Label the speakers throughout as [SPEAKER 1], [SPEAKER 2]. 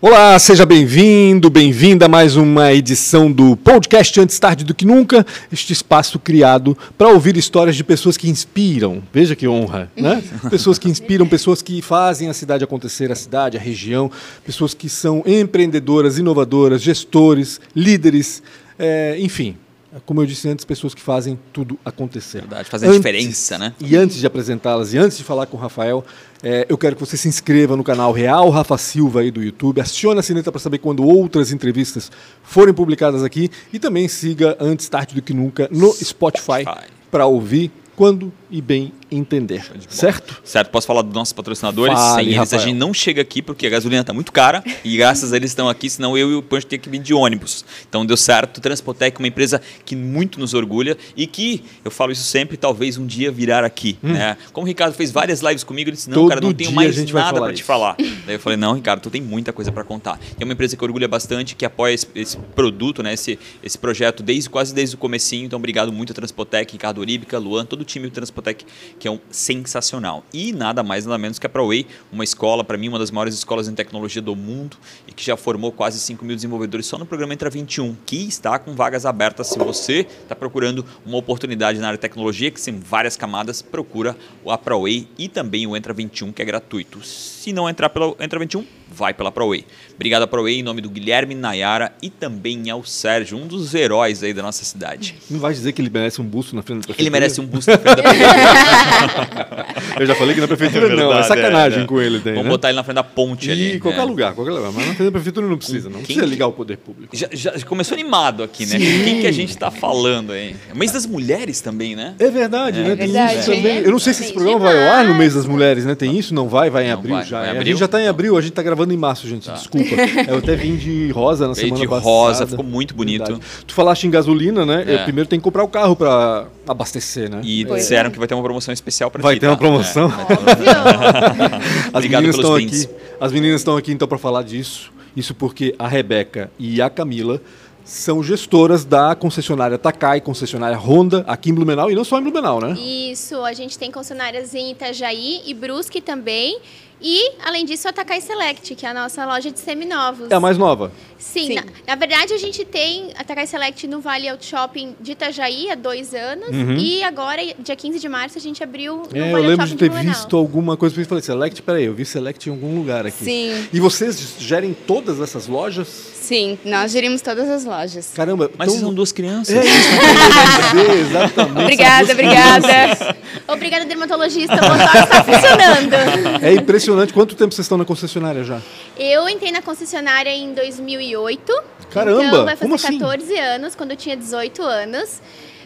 [SPEAKER 1] Olá, seja bem-vindo, bem-vinda a mais uma edição do podcast Antes Tarde do que Nunca, este espaço criado para ouvir histórias de pessoas que inspiram. Veja que honra, né? Pessoas que inspiram, pessoas que fazem a cidade acontecer, a cidade, a região, pessoas que são empreendedoras, inovadoras, gestores, líderes, eh, enfim. Como eu disse antes, pessoas que fazem tudo acontecer.
[SPEAKER 2] Verdade, fazer a diferença, né?
[SPEAKER 1] E antes de apresentá-las e antes de falar com o Rafael, eh, eu quero que você se inscreva no canal Real Rafa Silva aí do YouTube, acione a sineta para saber quando outras entrevistas forem publicadas aqui e também siga antes tarde do que nunca no Spotify,
[SPEAKER 2] Spotify.
[SPEAKER 1] para ouvir quando e bem entender, certo?
[SPEAKER 2] Certo, posso falar dos nossos patrocinadores?
[SPEAKER 1] Fale,
[SPEAKER 2] Sem eles a
[SPEAKER 1] Rafael.
[SPEAKER 2] gente não chega aqui porque a gasolina está muito cara e graças a eles estão aqui, senão eu e o Punch tinha que vir de ônibus. Então deu certo. Transpotec, uma empresa que muito nos orgulha e que, eu falo isso sempre, talvez um dia virar aqui.
[SPEAKER 1] Hum.
[SPEAKER 2] né? Como o Ricardo fez várias lives comigo, ele disse: Não,
[SPEAKER 1] Todo
[SPEAKER 2] cara, não
[SPEAKER 1] dia
[SPEAKER 2] tenho
[SPEAKER 1] a
[SPEAKER 2] mais
[SPEAKER 1] gente vai
[SPEAKER 2] nada
[SPEAKER 1] falar
[SPEAKER 2] para te
[SPEAKER 1] isso."
[SPEAKER 2] falar. Daí eu falei: Não, Ricardo, tu tem muita coisa para contar. E é uma empresa que orgulha bastante, que apoia esse, esse produto, né, esse, esse projeto desde quase desde o comecinho. Então, obrigado muito a Transpotec, Ricardo Oríbica, Luan, todo o time do Transpotec, que é um sensacional. E nada mais, nada menos que a ProWay, uma escola, para mim, uma das maiores escolas em tecnologia do mundo e que já formou quase 5 mil desenvolvedores só no programa Entra 21, que está com vagas abertas. Se você está procurando uma oportunidade na área de tecnologia, que tem várias camadas, procura a ProWay e também o Entra 21, que é gratuito. Se não entrar pelo Entra 21, vai pela ProWay. Obrigado à ProWay em nome do Guilherme, Nayara e também ao Sérgio, um dos heróis aí da nossa cidade.
[SPEAKER 1] Não vai dizer que ele merece um busto na frente da prefeitura?
[SPEAKER 2] Ele merece um boost na frente da prefeitura.
[SPEAKER 1] Eu já falei que na prefeitura
[SPEAKER 2] É
[SPEAKER 1] não, é
[SPEAKER 2] verdade,
[SPEAKER 1] sacanagem
[SPEAKER 2] é, é.
[SPEAKER 1] com ele. Daí,
[SPEAKER 2] Vamos
[SPEAKER 1] né?
[SPEAKER 2] botar ele na frente da ponte ali.
[SPEAKER 1] E
[SPEAKER 2] né?
[SPEAKER 1] qualquer lugar, qualquer lugar. Mas na frente da prefeitura não precisa, não
[SPEAKER 2] Quem
[SPEAKER 1] precisa
[SPEAKER 2] que-
[SPEAKER 1] ligar o poder público.
[SPEAKER 2] Já, já começou animado aqui, né? Quem que a gente tá falando aí? Mês das mulheres também, né?
[SPEAKER 1] É verdade, né? Tem
[SPEAKER 3] verdade,
[SPEAKER 1] isso
[SPEAKER 3] né?
[SPEAKER 1] também. Eu não sei se esse
[SPEAKER 3] Sim,
[SPEAKER 1] programa vai ao ar no mês das mulheres, né? Tem isso? Não vai? Vai em
[SPEAKER 2] Não
[SPEAKER 1] abril
[SPEAKER 2] vai,
[SPEAKER 1] já.
[SPEAKER 2] vai em
[SPEAKER 1] é. A
[SPEAKER 2] abril?
[SPEAKER 1] gente já tá em abril, a gente tá gravando em março, gente. Desculpa. É, Eu até vim de rosa na
[SPEAKER 2] Veio
[SPEAKER 1] semana
[SPEAKER 2] de
[SPEAKER 1] passada.
[SPEAKER 2] rosa, ficou muito bonito.
[SPEAKER 1] Verdade. Tu falaste em gasolina, né?
[SPEAKER 2] É.
[SPEAKER 1] Eu primeiro tem que comprar o carro pra abastecer, né?
[SPEAKER 2] E
[SPEAKER 3] Pois
[SPEAKER 2] disseram que vai ter uma promoção especial pra
[SPEAKER 1] Vai
[SPEAKER 2] ti,
[SPEAKER 1] ter
[SPEAKER 2] tá?
[SPEAKER 1] uma promoção.
[SPEAKER 2] É.
[SPEAKER 1] As
[SPEAKER 2] Obrigado
[SPEAKER 1] meninas
[SPEAKER 2] pelos
[SPEAKER 1] estão
[SPEAKER 2] pins.
[SPEAKER 1] aqui. As meninas estão aqui então para falar disso. Isso porque a Rebeca e a Camila são gestoras da concessionária Takai, concessionária Honda, aqui em Blumenau, e não só em Blumenau, né?
[SPEAKER 3] Isso, a gente tem concessionárias em Itajaí e Brusque também. E, além disso, a Takai Select, que é a nossa loja de seminovos.
[SPEAKER 1] É a mais nova.
[SPEAKER 3] Sim,
[SPEAKER 4] Sim.
[SPEAKER 3] Na, na verdade, a gente tem a Takai Select no Vale Auto Shopping de Itajaí há dois anos. E agora, dia 15 de março, a gente abriu no
[SPEAKER 1] Uhum. É,
[SPEAKER 3] Vale
[SPEAKER 1] eu
[SPEAKER 3] Auto
[SPEAKER 1] lembro
[SPEAKER 3] Shopping
[SPEAKER 1] de ter
[SPEAKER 3] Blumenau.
[SPEAKER 1] visto alguma coisa. Eu falei, Select, peraí, eu vi Select em algum lugar aqui.
[SPEAKER 4] Sim,
[SPEAKER 1] E vocês gerem todas essas lojas?
[SPEAKER 4] sim. Nós gerimos todas as lojas.
[SPEAKER 1] Caramba,
[SPEAKER 2] Mas vocês são duas crianças.
[SPEAKER 1] É isso que eu ia dizer, exatamente.
[SPEAKER 4] Obrigada, obrigada.
[SPEAKER 3] Obrigada, dermatologista. O Botox está funcionando.
[SPEAKER 1] É impressionante quanto tempo vocês estão na concessionária já.
[SPEAKER 3] Eu entrei na concessionária em 2008.
[SPEAKER 1] Caramba,
[SPEAKER 3] Então vai fazer
[SPEAKER 1] como assim?
[SPEAKER 3] 14 anos, quando eu tinha 18 anos.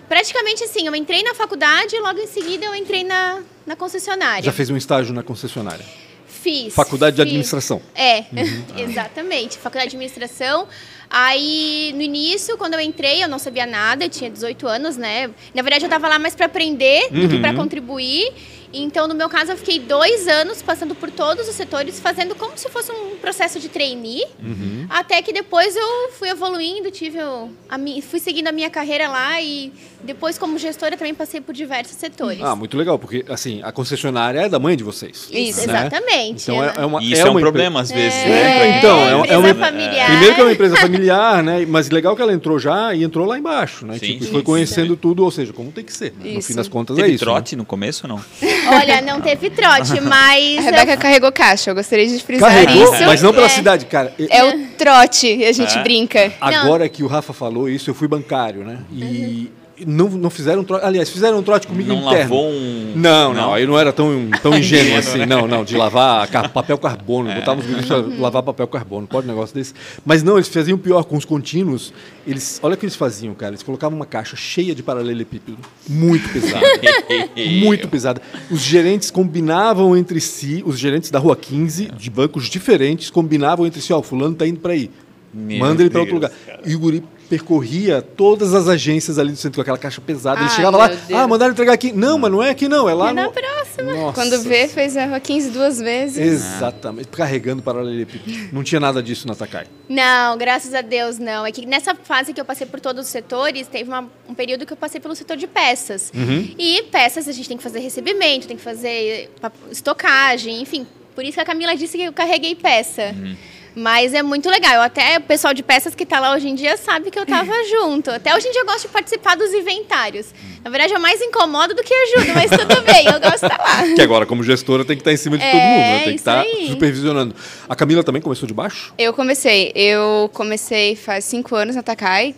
[SPEAKER 3] Praticamente assim, eu entrei na faculdade e logo em seguida eu entrei na, na concessionária.
[SPEAKER 1] Já fez um estágio na concessionária.
[SPEAKER 3] Fiz.
[SPEAKER 1] Faculdade de
[SPEAKER 3] fiz.
[SPEAKER 1] administração.
[SPEAKER 3] É,
[SPEAKER 1] Uhum. Ah.
[SPEAKER 3] exatamente. Faculdade de administração. Aí, no início, quando eu entrei, eu não sabia nada, eu tinha 18 anos, né? Na verdade, eu tava lá mais para aprender do que
[SPEAKER 1] Uhum.
[SPEAKER 3] para contribuir. Então, no meu caso, eu fiquei dois anos passando por todos os setores, fazendo como se fosse um processo de trainee.
[SPEAKER 1] Uhum.
[SPEAKER 3] Até que depois eu fui evoluindo, tive o- a mi- fui seguindo a minha carreira lá e depois, como gestora, também passei por diversos setores.
[SPEAKER 1] Ah, muito legal, porque assim, a concessionária é da mãe de vocês.
[SPEAKER 4] Isso,
[SPEAKER 1] né?
[SPEAKER 3] Exatamente.
[SPEAKER 1] Então é, é uma,
[SPEAKER 2] E isso é, um
[SPEAKER 1] uma
[SPEAKER 2] problema às vezes,
[SPEAKER 1] empresa-
[SPEAKER 2] né? pra
[SPEAKER 1] É,
[SPEAKER 2] quem
[SPEAKER 1] então,
[SPEAKER 2] tá
[SPEAKER 1] é, uma-
[SPEAKER 2] aí.
[SPEAKER 1] é uma
[SPEAKER 3] Empresa familiar.
[SPEAKER 1] Primeiro que é uma empresa familiar, né? Mas legal que ela entrou já e entrou lá embaixo, né?
[SPEAKER 2] Sim,
[SPEAKER 1] tipo, e
[SPEAKER 2] sim,
[SPEAKER 1] foi
[SPEAKER 2] sim.
[SPEAKER 1] conhecendo tudo, ou seja, como tem que ser. né? No
[SPEAKER 4] Isso.
[SPEAKER 1] fim das contas
[SPEAKER 2] Teve
[SPEAKER 1] é isso.
[SPEAKER 2] trote no começo ou não?
[SPEAKER 3] Olha, não teve trote, mas.
[SPEAKER 4] A Rebeca carregou caixa, eu gostaria de
[SPEAKER 1] né?
[SPEAKER 4] frisar
[SPEAKER 1] Carregou,
[SPEAKER 4] isso.
[SPEAKER 1] mas não pela
[SPEAKER 3] é.
[SPEAKER 1] cidade, cara. Eu-
[SPEAKER 4] É o trote, e a gente
[SPEAKER 2] É.
[SPEAKER 4] brinca.
[SPEAKER 1] Agora que o Rafa falou isso, eu fui bancário, né? E não, não fizeram trote. Aliás, fizeram um trote comigo
[SPEAKER 2] Não
[SPEAKER 1] interno.
[SPEAKER 2] lavou um. né?
[SPEAKER 1] Não, não, aí eu não era tão, tão ingênuo assim, não, não, de lavar ca- papel carbono,
[SPEAKER 2] É.
[SPEAKER 1] botava os meninos pra lavar papel carbono, pode um negócio desse. Mas não, eles faziam pior com os contínuos, eles, olha o que eles faziam, cara, eles colocavam uma caixa cheia de paralelepípedo, muito
[SPEAKER 2] Tá.
[SPEAKER 1] pesada, muito pesada. Os gerentes combinavam entre si, os gerentes da Rua 15, de bancos diferentes, combinavam entre si, ó, fulano tá indo pra aí,
[SPEAKER 2] Meu
[SPEAKER 1] manda ele pra outro
[SPEAKER 2] Deus,
[SPEAKER 1] lugar. E o guri percorria todas as agências ali do centro com aquela caixa pesada, ele
[SPEAKER 4] Ai,
[SPEAKER 1] chegava lá,
[SPEAKER 4] meu Deus.
[SPEAKER 1] ah, mandaram entregar aqui, não, mas não é aqui não, é lá
[SPEAKER 3] É na
[SPEAKER 1] no...
[SPEAKER 3] próxima.
[SPEAKER 1] Nossa.
[SPEAKER 4] Quando vê, fez a rua 15 duas vezes.
[SPEAKER 1] Exatamente. Carregando paralelepípedo. Não tinha nada disso na Takai.
[SPEAKER 3] Não, graças a Deus não. É que nessa fase que eu passei por todos os setores, teve uma- um período que eu passei pelo setor de peças. E peças a gente tem que fazer recebimento, tem que fazer eh, pa- estocagem, enfim. Por isso que a Camila disse que eu carreguei peça. Mas é muito legal. Eu até o pessoal de peças que está lá hoje em dia sabe que eu estava junto. Até hoje em dia eu gosto de participar dos inventários. Na verdade, eu mais incomodo do que ajudo, mas tudo bem, eu gosto de estar lá.
[SPEAKER 1] Que agora, como gestora, tem que estar em cima de
[SPEAKER 3] É,
[SPEAKER 1] todo mundo, né? tem que
[SPEAKER 3] isso
[SPEAKER 1] estar
[SPEAKER 3] aí.
[SPEAKER 1] supervisionando. A Camila também começou de baixo?
[SPEAKER 4] Eu comecei. Eu comecei faz cinco anos na Takai.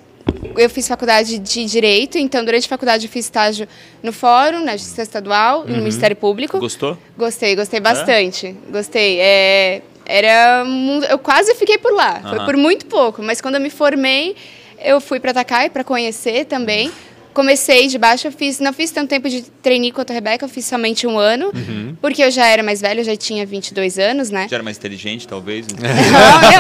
[SPEAKER 4] Eu fiz faculdade de Direito, então durante a faculdade eu fiz estágio no Fórum, na Justiça Estadual, no Ministério Público.
[SPEAKER 2] Gostou?
[SPEAKER 4] Gostei, gostei bastante. Gostei. É, era mu- eu quase fiquei por lá.
[SPEAKER 2] Aham.
[SPEAKER 4] Foi por muito pouco, mas quando eu me formei, eu fui para Takai para conhecer também. Comecei de baixo, eu fiz, não fiz tanto tempo de trainee quanto a Rebeca, eu fiz somente um ano, porque eu já era mais velha, eu já tinha 22 anos, né?
[SPEAKER 2] Já era mais inteligente, talvez? não sei.
[SPEAKER 1] É,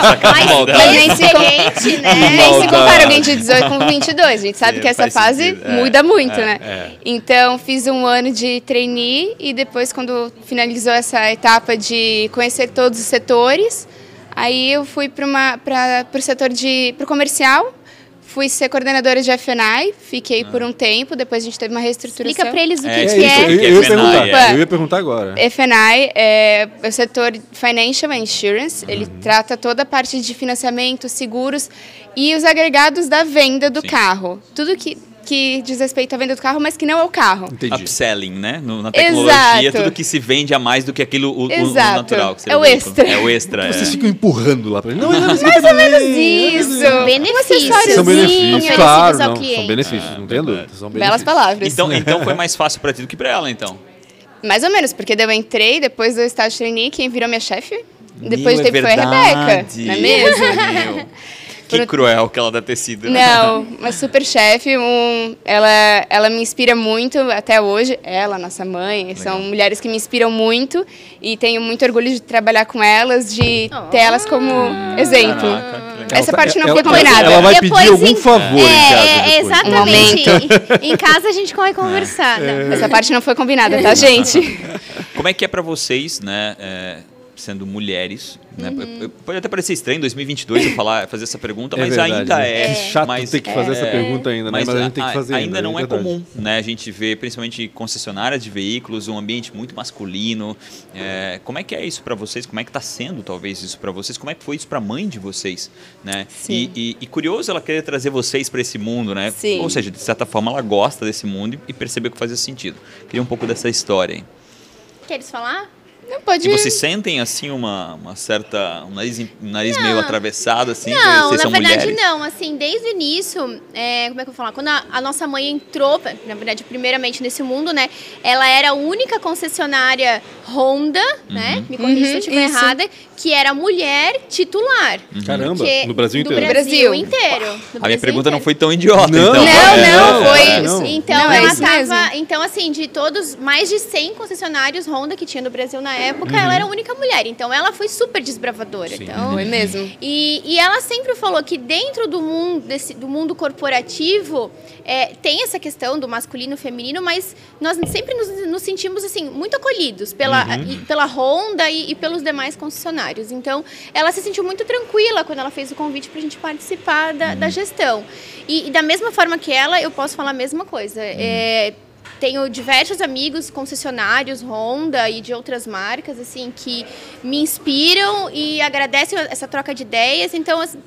[SPEAKER 4] Não, não,
[SPEAKER 3] Mas
[SPEAKER 2] Maldade.
[SPEAKER 4] é
[SPEAKER 3] bem experiente, né?
[SPEAKER 4] Nem se
[SPEAKER 1] Maldade.
[SPEAKER 4] compara alguém de 18 com 22. A gente sabe
[SPEAKER 2] Sim,
[SPEAKER 4] que essa
[SPEAKER 2] faz
[SPEAKER 4] fase
[SPEAKER 2] sentido. É,
[SPEAKER 4] muda muito,
[SPEAKER 2] é,
[SPEAKER 4] né?
[SPEAKER 2] é.
[SPEAKER 4] Então, fiz um ano de trainee e depois, quando finalizou essa etapa de conhecer todos os setores, aí eu fui para o setor de pro comercial, fui ser coordenadora de FNAI, fiquei por
[SPEAKER 2] Ah.
[SPEAKER 4] um tempo, depois a gente teve uma reestruturação.
[SPEAKER 3] Explica pra eles o que,
[SPEAKER 2] É,
[SPEAKER 3] que
[SPEAKER 2] isso
[SPEAKER 1] eu,
[SPEAKER 3] é.
[SPEAKER 2] aí.
[SPEAKER 1] eu ia
[SPEAKER 2] É,
[SPEAKER 1] perguntar,
[SPEAKER 4] Fernanda, é.
[SPEAKER 1] eu ia perguntar agora.
[SPEAKER 4] FNI é o setor Financial and Insurance, ele
[SPEAKER 2] Uhum.
[SPEAKER 4] trata toda a parte de financiamento, seguros e os agregados da venda do
[SPEAKER 2] Sim.
[SPEAKER 4] carro. Tudo que, que diz respeito à venda do carro, mas que não é o carro.
[SPEAKER 1] Entendi.
[SPEAKER 2] Upselling, né? No- na tecnologia,
[SPEAKER 4] Exato.
[SPEAKER 2] tudo que se vende a mais do que aquilo o, o- o
[SPEAKER 4] Exato.
[SPEAKER 2] natural. Que você
[SPEAKER 4] É o
[SPEAKER 2] vende.
[SPEAKER 4] extra.
[SPEAKER 2] É o extra, é.
[SPEAKER 1] Vocês ficam empurrando lá pra gente. Não, é assim mas não, Mais ou menos
[SPEAKER 4] Isso.
[SPEAKER 1] é assim.
[SPEAKER 3] Benefícios.
[SPEAKER 1] São
[SPEAKER 4] São
[SPEAKER 1] benefícios,
[SPEAKER 3] oferecidos
[SPEAKER 1] claro.
[SPEAKER 3] ao
[SPEAKER 1] Não, são
[SPEAKER 3] cliente.
[SPEAKER 1] benefícios, não
[SPEAKER 2] É
[SPEAKER 1] tem dúvida. São
[SPEAKER 4] Belas
[SPEAKER 1] benefícios.
[SPEAKER 4] palavras.
[SPEAKER 2] Então, então foi mais fácil pra ti do que pra ela, então.
[SPEAKER 4] Mais ou menos, porque daí eu entrei, depois do estágio trainee, quem virou minha chefe? Depois de
[SPEAKER 2] Meu, é
[SPEAKER 4] tempo foi a Rebeca,
[SPEAKER 2] verdade.
[SPEAKER 4] não é mesmo?
[SPEAKER 2] Meu, Que
[SPEAKER 4] Por-
[SPEAKER 2] cruel que ela deve ter sido.
[SPEAKER 4] Não, uma super chefe, um, ela, ela me inspira muito até hoje. Ela, nossa mãe, são mulheres que me inspiram muito e tenho muito orgulho de trabalhar com elas, de ter elas como exemplo.
[SPEAKER 2] Caraca, que legal.
[SPEAKER 4] Essa parte não
[SPEAKER 1] ela- tá-
[SPEAKER 4] foi combinada.
[SPEAKER 1] Ela vai
[SPEAKER 3] Depois
[SPEAKER 1] pedir algum
[SPEAKER 3] em-
[SPEAKER 1] favor em casa.
[SPEAKER 3] É, é,
[SPEAKER 1] depois.
[SPEAKER 2] Um
[SPEAKER 3] exatamente. em casa a gente vai
[SPEAKER 1] É.
[SPEAKER 3] conversar. né?
[SPEAKER 4] Essa parte não foi combinada, tá, gente?
[SPEAKER 2] Como é que é pra vocês, né? é, sendo mulheres, né?
[SPEAKER 4] Uhum.
[SPEAKER 2] P- Pode até parecer estranho em 2022 eu falar, fazer essa pergunta, mas
[SPEAKER 1] verdade,
[SPEAKER 2] ainda
[SPEAKER 1] né?
[SPEAKER 2] é.
[SPEAKER 1] Que chato
[SPEAKER 2] mas-
[SPEAKER 1] ter que fazer essa
[SPEAKER 2] é,
[SPEAKER 1] pergunta ainda, né? Mas, a gente tem que fazer
[SPEAKER 2] ainda não é,
[SPEAKER 1] verdade.
[SPEAKER 2] comum, né? A gente vê principalmente concessionárias de veículos, um ambiente muito masculino. É, como é que é isso para vocês? Como é que está sendo talvez isso para vocês? Como é que foi isso para a mãe de vocês, né?
[SPEAKER 4] Sim.
[SPEAKER 2] E, e- e curioso ela querer trazer vocês para esse mundo, né?
[SPEAKER 4] Sim.
[SPEAKER 2] Ou seja, de certa forma ela gosta desse mundo e- e percebeu que fazia sentido. Queria um pouco dessa história. Hein?
[SPEAKER 3] Queres falar?
[SPEAKER 4] Não pode.
[SPEAKER 2] E vocês sentem assim uma, uma certa um nariz, em- um nariz meio atravessado assim?
[SPEAKER 3] Não,
[SPEAKER 2] vocês são
[SPEAKER 3] na verdade
[SPEAKER 2] mulheres?
[SPEAKER 3] não. Assim, desde o início, é, como é que eu vou falar? Quando a, a nossa mãe entrou, na verdade, primeiramente nesse mundo, né? Ela era a única concessionária Honda, né? Me corrija se eu
[SPEAKER 4] Uhum,
[SPEAKER 3] estiver
[SPEAKER 4] isso.
[SPEAKER 3] errada, que era mulher titular.
[SPEAKER 1] Uhum. Caramba,
[SPEAKER 3] Que-
[SPEAKER 1] no Brasil
[SPEAKER 3] do
[SPEAKER 1] inteiro.
[SPEAKER 3] Brasil
[SPEAKER 4] Brasil.
[SPEAKER 3] inteiro.
[SPEAKER 2] A
[SPEAKER 3] Do
[SPEAKER 2] minha
[SPEAKER 3] Brasil
[SPEAKER 2] pergunta não
[SPEAKER 3] inteiro.
[SPEAKER 2] foi tão idiota,
[SPEAKER 1] Não,
[SPEAKER 2] então.
[SPEAKER 1] não,
[SPEAKER 4] não,
[SPEAKER 1] foi
[SPEAKER 4] não.
[SPEAKER 3] Então,
[SPEAKER 4] Não, é
[SPEAKER 3] ela
[SPEAKER 4] isso
[SPEAKER 3] tava.
[SPEAKER 4] mesmo.
[SPEAKER 3] Então, assim, de todos, mais de 100 concessionários Honda que tinha no Brasil na época, ela era a única mulher. Então, ela foi super desbravadora.
[SPEAKER 2] Sim.
[SPEAKER 3] Então,
[SPEAKER 4] Foi mesmo.
[SPEAKER 3] e, e ela sempre falou que dentro do mundo, desse- do mundo corporativo é, tem essa questão do masculino e feminino, mas nós sempre nos, nos sentimos assim muito acolhidos pela, e- pela Honda e, e pelos demais concessionários. Então, ela se sentiu muito tranquila quando ela fez o convite para a gente participar da,
[SPEAKER 4] Uhum.
[SPEAKER 3] da gestão. E, e da mesma forma que ela, eu posso falar a mesma coisa.
[SPEAKER 4] Uhum.
[SPEAKER 3] É, tenho diversos amigos concessionários Honda e de outras marcas assim que me inspiram e agradecem essa troca de ideias. Então, assim,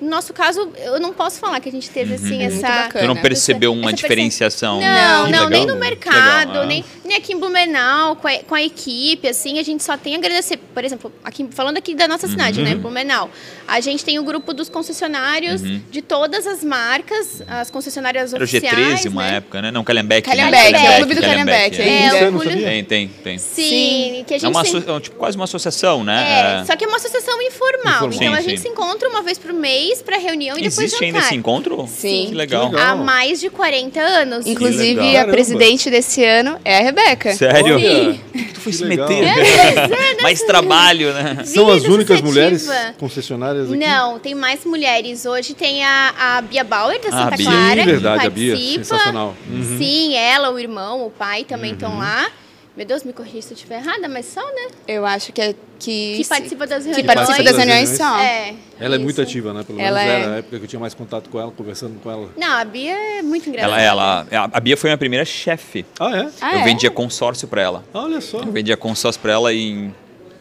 [SPEAKER 3] no nosso caso, eu não posso falar que a gente teve assim
[SPEAKER 4] Uhum. É Muito
[SPEAKER 3] essa
[SPEAKER 4] bacana.
[SPEAKER 2] Tu não percebeu
[SPEAKER 3] Essa
[SPEAKER 2] uma
[SPEAKER 3] perce-
[SPEAKER 2] diferenciação?
[SPEAKER 3] não,
[SPEAKER 1] Que
[SPEAKER 3] não,
[SPEAKER 1] legal,
[SPEAKER 3] nem no
[SPEAKER 1] né?
[SPEAKER 3] mercado,
[SPEAKER 2] Legal, ah.
[SPEAKER 3] nem, nem aqui em Blumenau, com a, com a equipe, assim, a gente só tem a agradecer. Por exemplo, aqui, falando aqui da nossa cidade,
[SPEAKER 2] Uhum.
[SPEAKER 3] né, Blumenau, a gente tem o grupo dos concessionários de todas as marcas, as concessionárias
[SPEAKER 2] Era o
[SPEAKER 3] oficiais,
[SPEAKER 2] G13 uma
[SPEAKER 3] né?
[SPEAKER 2] época, né? Não, Calhambeck.
[SPEAKER 4] Calhambeck,
[SPEAKER 2] né?
[SPEAKER 4] é o clube do Calhambeck,
[SPEAKER 3] É,
[SPEAKER 1] Isso, eu
[SPEAKER 3] o
[SPEAKER 1] não
[SPEAKER 3] Julio-
[SPEAKER 1] sabia.
[SPEAKER 2] Tem, tem, tem.
[SPEAKER 3] Sim, que a gente
[SPEAKER 2] É, uma
[SPEAKER 3] se-
[SPEAKER 2] asso- é um tipo, quase uma associação, né?
[SPEAKER 3] É, só que é uma associação informal.
[SPEAKER 1] Informal.
[SPEAKER 3] Então
[SPEAKER 2] Sim,
[SPEAKER 3] a gente
[SPEAKER 2] sim.
[SPEAKER 3] se encontra uma vez por mês para reunião e depois
[SPEAKER 2] Existe ainda
[SPEAKER 3] jantar.
[SPEAKER 2] esse encontro?
[SPEAKER 4] Sim.
[SPEAKER 2] Que legal.
[SPEAKER 1] Que legal.
[SPEAKER 3] Há mais de 40 anos.
[SPEAKER 4] Inclusive,
[SPEAKER 2] legal.
[SPEAKER 4] a
[SPEAKER 1] Caramba.
[SPEAKER 4] presidente desse ano é a Rebeca.
[SPEAKER 2] Sério?
[SPEAKER 1] Olha,
[SPEAKER 2] Tu foi
[SPEAKER 1] que
[SPEAKER 2] se
[SPEAKER 1] legal.
[SPEAKER 3] É,
[SPEAKER 2] meter? Mais trabalho, né?
[SPEAKER 1] São as
[SPEAKER 3] Vida
[SPEAKER 1] únicas
[SPEAKER 3] associativa.
[SPEAKER 1] mulheres concessionárias aqui?
[SPEAKER 3] Não, tem mais mulheres. Hoje tem a, a Bia Bauer, da
[SPEAKER 2] Ah,
[SPEAKER 3] Santa
[SPEAKER 2] Bia.
[SPEAKER 3] Clara.
[SPEAKER 1] Sim,
[SPEAKER 3] que
[SPEAKER 1] verdade, a Bia.
[SPEAKER 3] participa.
[SPEAKER 1] Sensacional. Uhum.
[SPEAKER 3] Sim, ela, o irmão, o pai também estão lá. Meu Deus, me corrija se eu estiver errada, mas só, né?
[SPEAKER 4] Eu acho que é que.
[SPEAKER 3] Que participa das reuniões.
[SPEAKER 4] que participa das reuniões só.
[SPEAKER 3] É,
[SPEAKER 1] Ela é muito
[SPEAKER 3] isso.
[SPEAKER 1] ativa, né? Pelo
[SPEAKER 4] Ela
[SPEAKER 1] menos
[SPEAKER 4] é.
[SPEAKER 1] era a época que eu tinha mais contato com ela, conversando com ela.
[SPEAKER 3] Não, a Bia é muito engraçada.
[SPEAKER 2] Ela, ela, a Bia foi minha primeira chefe.
[SPEAKER 1] Ah, é?
[SPEAKER 4] Ah,
[SPEAKER 2] eu
[SPEAKER 4] é?
[SPEAKER 2] vendia consórcio pra ela.
[SPEAKER 1] Olha só.
[SPEAKER 2] Eu vendia consórcio pra ela em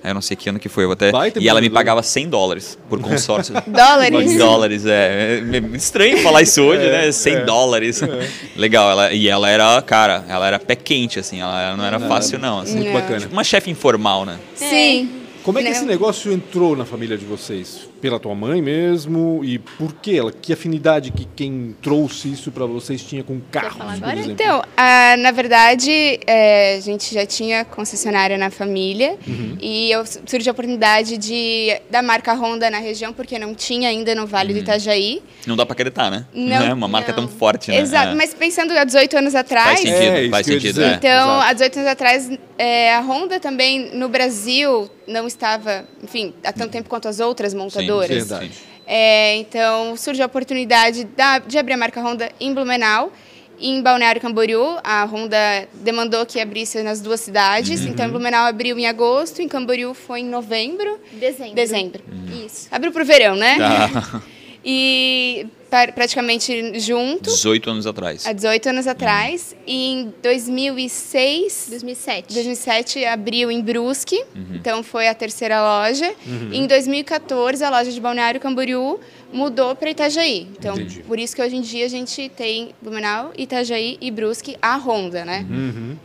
[SPEAKER 2] Aí eu não sei que ano que foi, eu vou até.
[SPEAKER 1] Baita
[SPEAKER 2] e ela me
[SPEAKER 1] empreendedor.
[SPEAKER 2] pagava 100 dólares por consórcio.
[SPEAKER 4] Dólares?
[SPEAKER 2] Em dólares, é. É meio Estranho falar isso hoje,
[SPEAKER 1] É,
[SPEAKER 2] né? 100
[SPEAKER 1] é,
[SPEAKER 2] dólares. Legal, ela, e ela era, cara, ela era pé quente, assim, ela não era
[SPEAKER 1] Não,
[SPEAKER 2] fácil, não. assim.
[SPEAKER 1] Muito
[SPEAKER 4] Não.
[SPEAKER 1] bacana.
[SPEAKER 2] Tipo uma chefe informal, né?
[SPEAKER 4] Sim.
[SPEAKER 1] Como é que
[SPEAKER 4] Não.
[SPEAKER 1] esse negócio entrou na família de vocês? Pela tua mãe mesmo? E por que ela? Que afinidade que quem trouxe isso para vocês tinha com
[SPEAKER 3] falar
[SPEAKER 1] carros, por
[SPEAKER 3] agora?
[SPEAKER 1] exemplo?
[SPEAKER 4] Então, ah, na verdade, eh, a gente já tinha concessionária na família
[SPEAKER 2] Uhum.
[SPEAKER 4] e eu surgiu a oportunidade de da marca Honda na região, porque não tinha ainda no Vale do
[SPEAKER 2] Uhum.
[SPEAKER 4] Itajaí.
[SPEAKER 2] Não dá pra acreditar, né?
[SPEAKER 4] Não,
[SPEAKER 2] é uma marca
[SPEAKER 3] não.
[SPEAKER 2] tão forte, né?
[SPEAKER 4] Exato,
[SPEAKER 2] É.
[SPEAKER 4] mas pensando há 18 anos
[SPEAKER 2] Faz
[SPEAKER 4] atrás,
[SPEAKER 2] sentido,
[SPEAKER 1] É, isso
[SPEAKER 2] faz
[SPEAKER 1] que eu ia
[SPEAKER 2] sentido.
[SPEAKER 1] dizer.
[SPEAKER 2] é.
[SPEAKER 4] Então,
[SPEAKER 1] exato.
[SPEAKER 4] há 18 anos atrás, é, a Honda também no Brasil não estava, enfim, há tanto tempo quanto as outras
[SPEAKER 1] sim,
[SPEAKER 4] montadoras.
[SPEAKER 1] verdade.
[SPEAKER 4] É, então, surgiu a oportunidade da- de abrir a marca Honda em Blumenau e em Balneário Camboriú. A Honda demandou que abrisse nas duas cidades. Então, em Blumenau abriu em agosto, em Camboriú foi em novembro,
[SPEAKER 3] Dezembro.
[SPEAKER 4] dezembro.
[SPEAKER 1] Uhum.
[SPEAKER 3] Isso.
[SPEAKER 4] Abriu para o verão, né?
[SPEAKER 2] Tá.
[SPEAKER 4] E pra- praticamente junto.
[SPEAKER 2] 18 anos atrás.
[SPEAKER 4] Há 18 anos atrás, e em 2006,
[SPEAKER 3] 2007.
[SPEAKER 4] 2007 abriu em Brusque,
[SPEAKER 1] Uhum.
[SPEAKER 4] então foi a terceira loja. E em 2014 a loja de Balneário Camboriú mudou para Itajaí. Então,
[SPEAKER 1] Entendi.
[SPEAKER 4] por isso que hoje em dia a gente tem Blumenau, Itajaí e Brusque a Honda, né?
[SPEAKER 1] Uhum.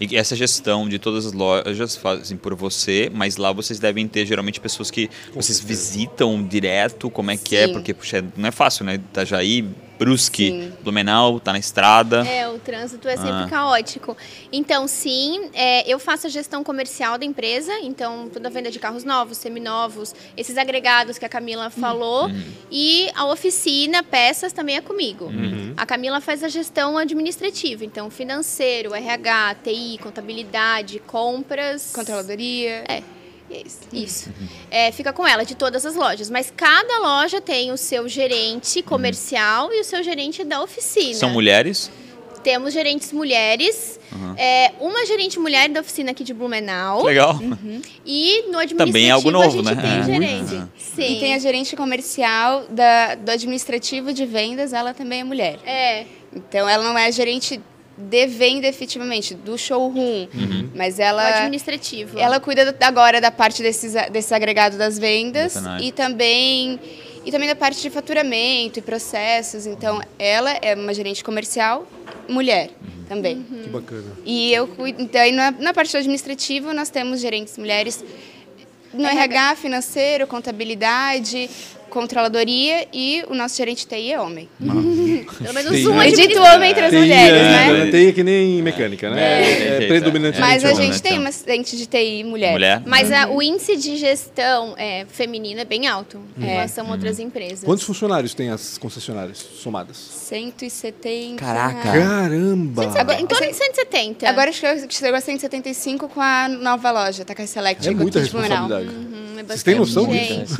[SPEAKER 2] E essa gestão de todas as lojas fazem por você, mas lá vocês devem ter geralmente pessoas que vocês
[SPEAKER 1] certeza.
[SPEAKER 2] visitam direto, como é que é?
[SPEAKER 4] Sim.
[SPEAKER 2] Porque, puxa, não é fácil, né? Itajaí, Brusque,
[SPEAKER 4] Sim.
[SPEAKER 2] Blumenau, tá na estrada.
[SPEAKER 3] É, o trânsito é sempre
[SPEAKER 2] Ah.
[SPEAKER 3] caótico. Então, sim, é, eu faço a gestão comercial da empresa, então toda a venda de carros novos, seminovos, esses agregados que a Camila falou.
[SPEAKER 2] Uhum.
[SPEAKER 3] E a oficina, peças, também é comigo.
[SPEAKER 1] Uhum.
[SPEAKER 3] A Camila faz a gestão administrativa, então financeiro, RH, TI, contabilidade, compras.
[SPEAKER 4] Controladoria.
[SPEAKER 3] É.
[SPEAKER 4] E é isso.
[SPEAKER 3] Isso. É, fica com ela, de todas as lojas. Mas cada loja tem o seu gerente comercial e o seu gerente da oficina.
[SPEAKER 2] Uhum. São mulheres?
[SPEAKER 3] Temos gerentes mulheres.
[SPEAKER 2] Uhum.
[SPEAKER 3] É, uma gerente mulher da oficina aqui de Blumenau.
[SPEAKER 2] Legal.
[SPEAKER 3] E no administrativo
[SPEAKER 2] Também é algo novo,
[SPEAKER 3] a gente
[SPEAKER 2] né?
[SPEAKER 3] tem
[SPEAKER 2] É.
[SPEAKER 3] gerente.
[SPEAKER 2] Muito.
[SPEAKER 3] Sim.
[SPEAKER 4] E tem a gerente comercial da, do administrativo de vendas, ela também é mulher.
[SPEAKER 3] É,
[SPEAKER 4] Então ela não é a gerente de venda efetivamente, do showroom,
[SPEAKER 1] Uhum.
[SPEAKER 4] mas
[SPEAKER 3] o
[SPEAKER 4] ela...
[SPEAKER 3] administrativo.
[SPEAKER 4] Ela cuida da- agora da parte desses, a- desse agregado das vendas
[SPEAKER 2] Detonado.
[SPEAKER 4] e também, e também da parte de faturamento e processos. Então, ela é uma gerente comercial mulher
[SPEAKER 2] Uhum.
[SPEAKER 4] também.
[SPEAKER 1] Que bacana.
[SPEAKER 4] E eu cuido. Então, aí na, na parte administrativa, nós temos gerentes mulheres no RH, financeiro, contabilidade, controladoria e o nosso gerente TI é homem.
[SPEAKER 3] Pelo menos
[SPEAKER 1] Sim,
[SPEAKER 2] é?
[SPEAKER 3] uma
[SPEAKER 1] né?
[SPEAKER 4] Edito
[SPEAKER 3] administrativa.
[SPEAKER 4] homem entre as
[SPEAKER 1] TI,
[SPEAKER 4] mulheres,
[SPEAKER 1] é,
[SPEAKER 4] né?
[SPEAKER 2] né?
[SPEAKER 1] TI é que nem mecânica, né?
[SPEAKER 2] É, tem
[SPEAKER 1] É,
[SPEAKER 2] jeito, é.
[SPEAKER 1] predominantemente
[SPEAKER 4] Mas a
[SPEAKER 2] Gerente
[SPEAKER 1] homem.
[SPEAKER 2] homem,
[SPEAKER 4] gente tem
[SPEAKER 2] então.
[SPEAKER 4] uma gerente de TI mulher.
[SPEAKER 2] Mulher?
[SPEAKER 3] Mas
[SPEAKER 4] Uhum.
[SPEAKER 3] a- o índice de gestão é, feminino é bem alto em
[SPEAKER 2] Uhum.
[SPEAKER 3] relação a outras empresas.
[SPEAKER 1] Quantos funcionários tem as concessionárias somadas?
[SPEAKER 4] 170.
[SPEAKER 2] Caraca.
[SPEAKER 1] Caramba!
[SPEAKER 3] Em
[SPEAKER 4] tipo,
[SPEAKER 3] torno de
[SPEAKER 2] Tá.
[SPEAKER 3] 170.
[SPEAKER 4] Agora acho que chegou a 175 com a nova loja, Takai Select.
[SPEAKER 1] É
[SPEAKER 4] aqui
[SPEAKER 1] muita
[SPEAKER 4] de Blumenau.
[SPEAKER 1] responsabilidade.
[SPEAKER 3] Hum, é
[SPEAKER 1] Vocês têm
[SPEAKER 3] bastante
[SPEAKER 1] noção
[SPEAKER 3] gente.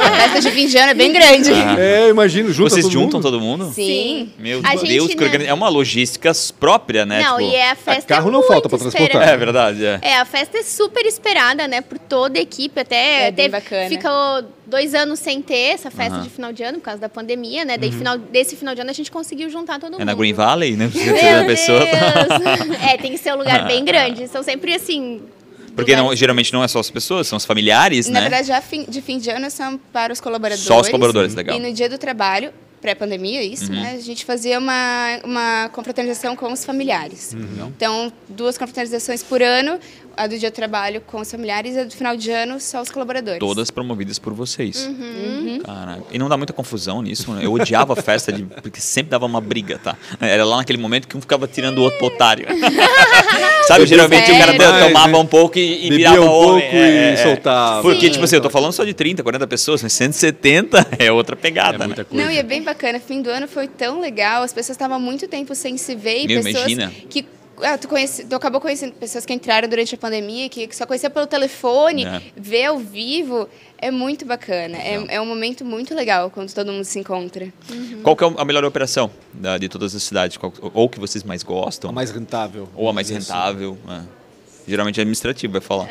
[SPEAKER 4] A festa de fim de ano é bem grande.
[SPEAKER 2] Ah.
[SPEAKER 1] É, imagino, junta
[SPEAKER 2] vocês
[SPEAKER 1] todo
[SPEAKER 2] juntam
[SPEAKER 1] mundo.
[SPEAKER 2] todo mundo?
[SPEAKER 4] Sim.
[SPEAKER 2] Meu
[SPEAKER 3] A gente
[SPEAKER 2] Deus, que
[SPEAKER 3] não-
[SPEAKER 2] organiza- é uma logística própria, né?
[SPEAKER 3] Não,
[SPEAKER 2] Tipo,
[SPEAKER 3] e é a festa
[SPEAKER 1] carro
[SPEAKER 3] é
[SPEAKER 1] não
[SPEAKER 3] muito
[SPEAKER 1] falta pra transportar.
[SPEAKER 3] esperada.
[SPEAKER 2] é verdade, é.
[SPEAKER 3] É, a festa é super esperada, né, por toda a equipe, até
[SPEAKER 4] É bem
[SPEAKER 3] teve-
[SPEAKER 4] bacana.
[SPEAKER 3] ficou dois anos sem ter essa festa
[SPEAKER 2] Aham. Uhum.
[SPEAKER 3] de final de ano, por causa da pandemia, né, daí final, desse final de ano a gente conseguiu juntar todo mundo.
[SPEAKER 2] É na Green Valley, né? Precisa
[SPEAKER 3] Meu
[SPEAKER 2] ter uma pessoa.
[SPEAKER 3] Deus! é, tem que ser um lugar bem grande, são sempre assim...
[SPEAKER 2] Porque não,
[SPEAKER 3] lugares-
[SPEAKER 2] geralmente não é só as pessoas, são os familiares,
[SPEAKER 4] Na
[SPEAKER 2] né?
[SPEAKER 4] verdade, já fim- de fim de ano são para os colaboradores.
[SPEAKER 2] Só os colaboradores, legal. Uhum.
[SPEAKER 4] E no dia do trabalho, pré-pandemia, isso, né? A gente fazia uma, uma confraternização com os familiares.
[SPEAKER 2] Uhum.
[SPEAKER 4] Então, duas confraternizações por ano, a do dia do trabalho com os familiares e a do final de ano só os
[SPEAKER 3] é
[SPEAKER 4] colaboradores.
[SPEAKER 2] Todas promovidas por
[SPEAKER 3] Uhum.
[SPEAKER 2] vocês. Caraca. E não dá muita confusão nisso, né? Eu odiava a festa, de- porque sempre dava uma briga, tá? Era lá naquele momento que um ficava tirando o outro pro otário. Sabe, geralmente o cara
[SPEAKER 4] Sério?
[SPEAKER 2] to- tomava
[SPEAKER 1] Mas,
[SPEAKER 2] um pouco e, e
[SPEAKER 1] Bebia
[SPEAKER 2] virava
[SPEAKER 1] um
[SPEAKER 2] o-
[SPEAKER 1] pouco
[SPEAKER 2] é,
[SPEAKER 1] e
[SPEAKER 2] é.
[SPEAKER 1] soltava.
[SPEAKER 2] Porque,
[SPEAKER 1] Sim.
[SPEAKER 2] tipo assim, eu tô falando só de 30, 40 pessoas, mas 170 é outra pegada,
[SPEAKER 1] É
[SPEAKER 2] né?
[SPEAKER 1] muita coisa.
[SPEAKER 4] Não, e é bem bacana. Fim do ano foi tão legal. As pessoas estavam há muito tempo sem se ver. E
[SPEAKER 2] Meu,
[SPEAKER 4] pessoas
[SPEAKER 2] imagina.
[SPEAKER 4] que. Ah, tu, conhece, tu acabou conhecendo pessoas que entraram durante a pandemia, que, que só conhecia pelo telefone,
[SPEAKER 2] É.
[SPEAKER 4] ver ao vivo. É muito bacana. É, é um momento muito legal quando todo mundo se encontra.
[SPEAKER 2] Qual que é a melhor operação da- de todas as cidades? Qual- ou que vocês mais gostam,
[SPEAKER 1] A mais rentável.
[SPEAKER 2] ou a mais
[SPEAKER 1] Isso.
[SPEAKER 2] rentável. é. Geralmente é administrativo, vai falar.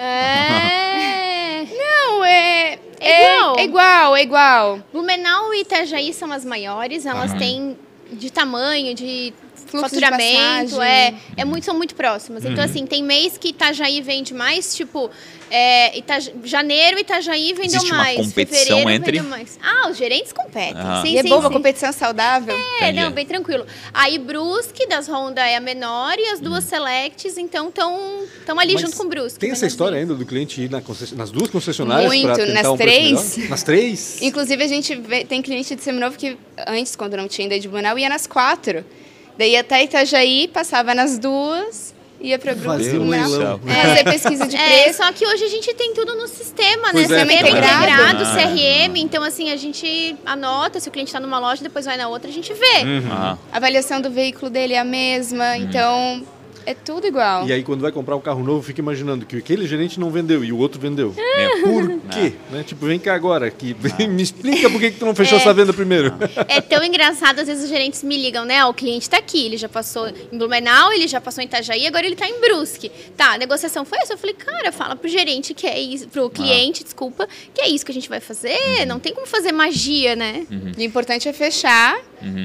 [SPEAKER 3] É...
[SPEAKER 4] Não, é.
[SPEAKER 3] é- é
[SPEAKER 4] É igual, é igual.
[SPEAKER 3] Blumenau e Itajaí são as maiores, elas têm de tamanho, de
[SPEAKER 4] fluxo de
[SPEAKER 3] faturamento,
[SPEAKER 4] passagem.
[SPEAKER 3] é, é muito, são muito próximas. Então, assim, tem mês que Itajaí vende mais, tipo, é, Ita- janeiro Itajaí vendeu
[SPEAKER 2] Existe uma
[SPEAKER 3] mais.
[SPEAKER 2] competição
[SPEAKER 3] fevereiro
[SPEAKER 2] entre-
[SPEAKER 3] vendeu mais. Ah, os gerentes competem.
[SPEAKER 2] Ah.
[SPEAKER 3] Sim,
[SPEAKER 4] E é
[SPEAKER 3] sim,
[SPEAKER 4] boa uma
[SPEAKER 3] sim.
[SPEAKER 4] competição saudável.
[SPEAKER 3] É,
[SPEAKER 2] Entendi.
[SPEAKER 3] não, bem tranquilo. Aí Brusque, das Honda, é a menor e as duas Selects, então estão ali
[SPEAKER 1] Mas
[SPEAKER 3] junto com Brusque.
[SPEAKER 1] assim. Tem essa
[SPEAKER 3] menorzinho.
[SPEAKER 1] história ainda do cliente ir na concessi- nas duas concessionárias
[SPEAKER 4] Muito,
[SPEAKER 1] para tentar
[SPEAKER 4] nas
[SPEAKER 1] um preço
[SPEAKER 4] três.
[SPEAKER 1] melhor? Nas três?
[SPEAKER 4] Inclusive, a gente vê- tem cliente de Seminovo que antes, quando não tinha ainda de Banal, ia nas quatro. Daí ia até Itajaí, passava nas duas, ia para Brooklyn.
[SPEAKER 1] Fazia um
[SPEAKER 2] Meu Deus
[SPEAKER 4] Blumenau.
[SPEAKER 1] leilão.
[SPEAKER 2] do céu.
[SPEAKER 4] É, fazer pesquisa de
[SPEAKER 3] É,
[SPEAKER 4] preço.
[SPEAKER 3] só que hoje a gente tem tudo no sistema,
[SPEAKER 1] Pois
[SPEAKER 3] né?
[SPEAKER 1] é,
[SPEAKER 3] Sistema
[SPEAKER 1] também.
[SPEAKER 3] integrado,
[SPEAKER 2] Ah.
[SPEAKER 3] CRM. Então, assim, a gente anota, se o cliente está numa loja, depois vai na outra, a gente vê.
[SPEAKER 1] Uhum.
[SPEAKER 2] Ah,
[SPEAKER 4] A avaliação do veículo dele é a mesma, então é tudo igual.
[SPEAKER 1] E aí, quando vai comprar um carro novo, fica imaginando que aquele gerente não vendeu e o outro vendeu.
[SPEAKER 2] É. meu.
[SPEAKER 1] Por quê? Né? Tipo, vem cá agora, que me explica por que, que tu não fechou essa venda primeiro.
[SPEAKER 3] É tão engraçado, às vezes os gerentes me ligam, né? Ó, o cliente tá aqui, ele já passou em Blumenau, ele já passou em Itajaí, agora ele tá em Brusque. Tá, a negociação foi essa? Eu falei, cara, fala pro gerente que é isso, pro cliente,
[SPEAKER 1] Ah.
[SPEAKER 3] desculpa, que é isso que a gente vai fazer,
[SPEAKER 1] Uhum.
[SPEAKER 3] não tem como fazer magia, né?
[SPEAKER 4] O importante é fechar,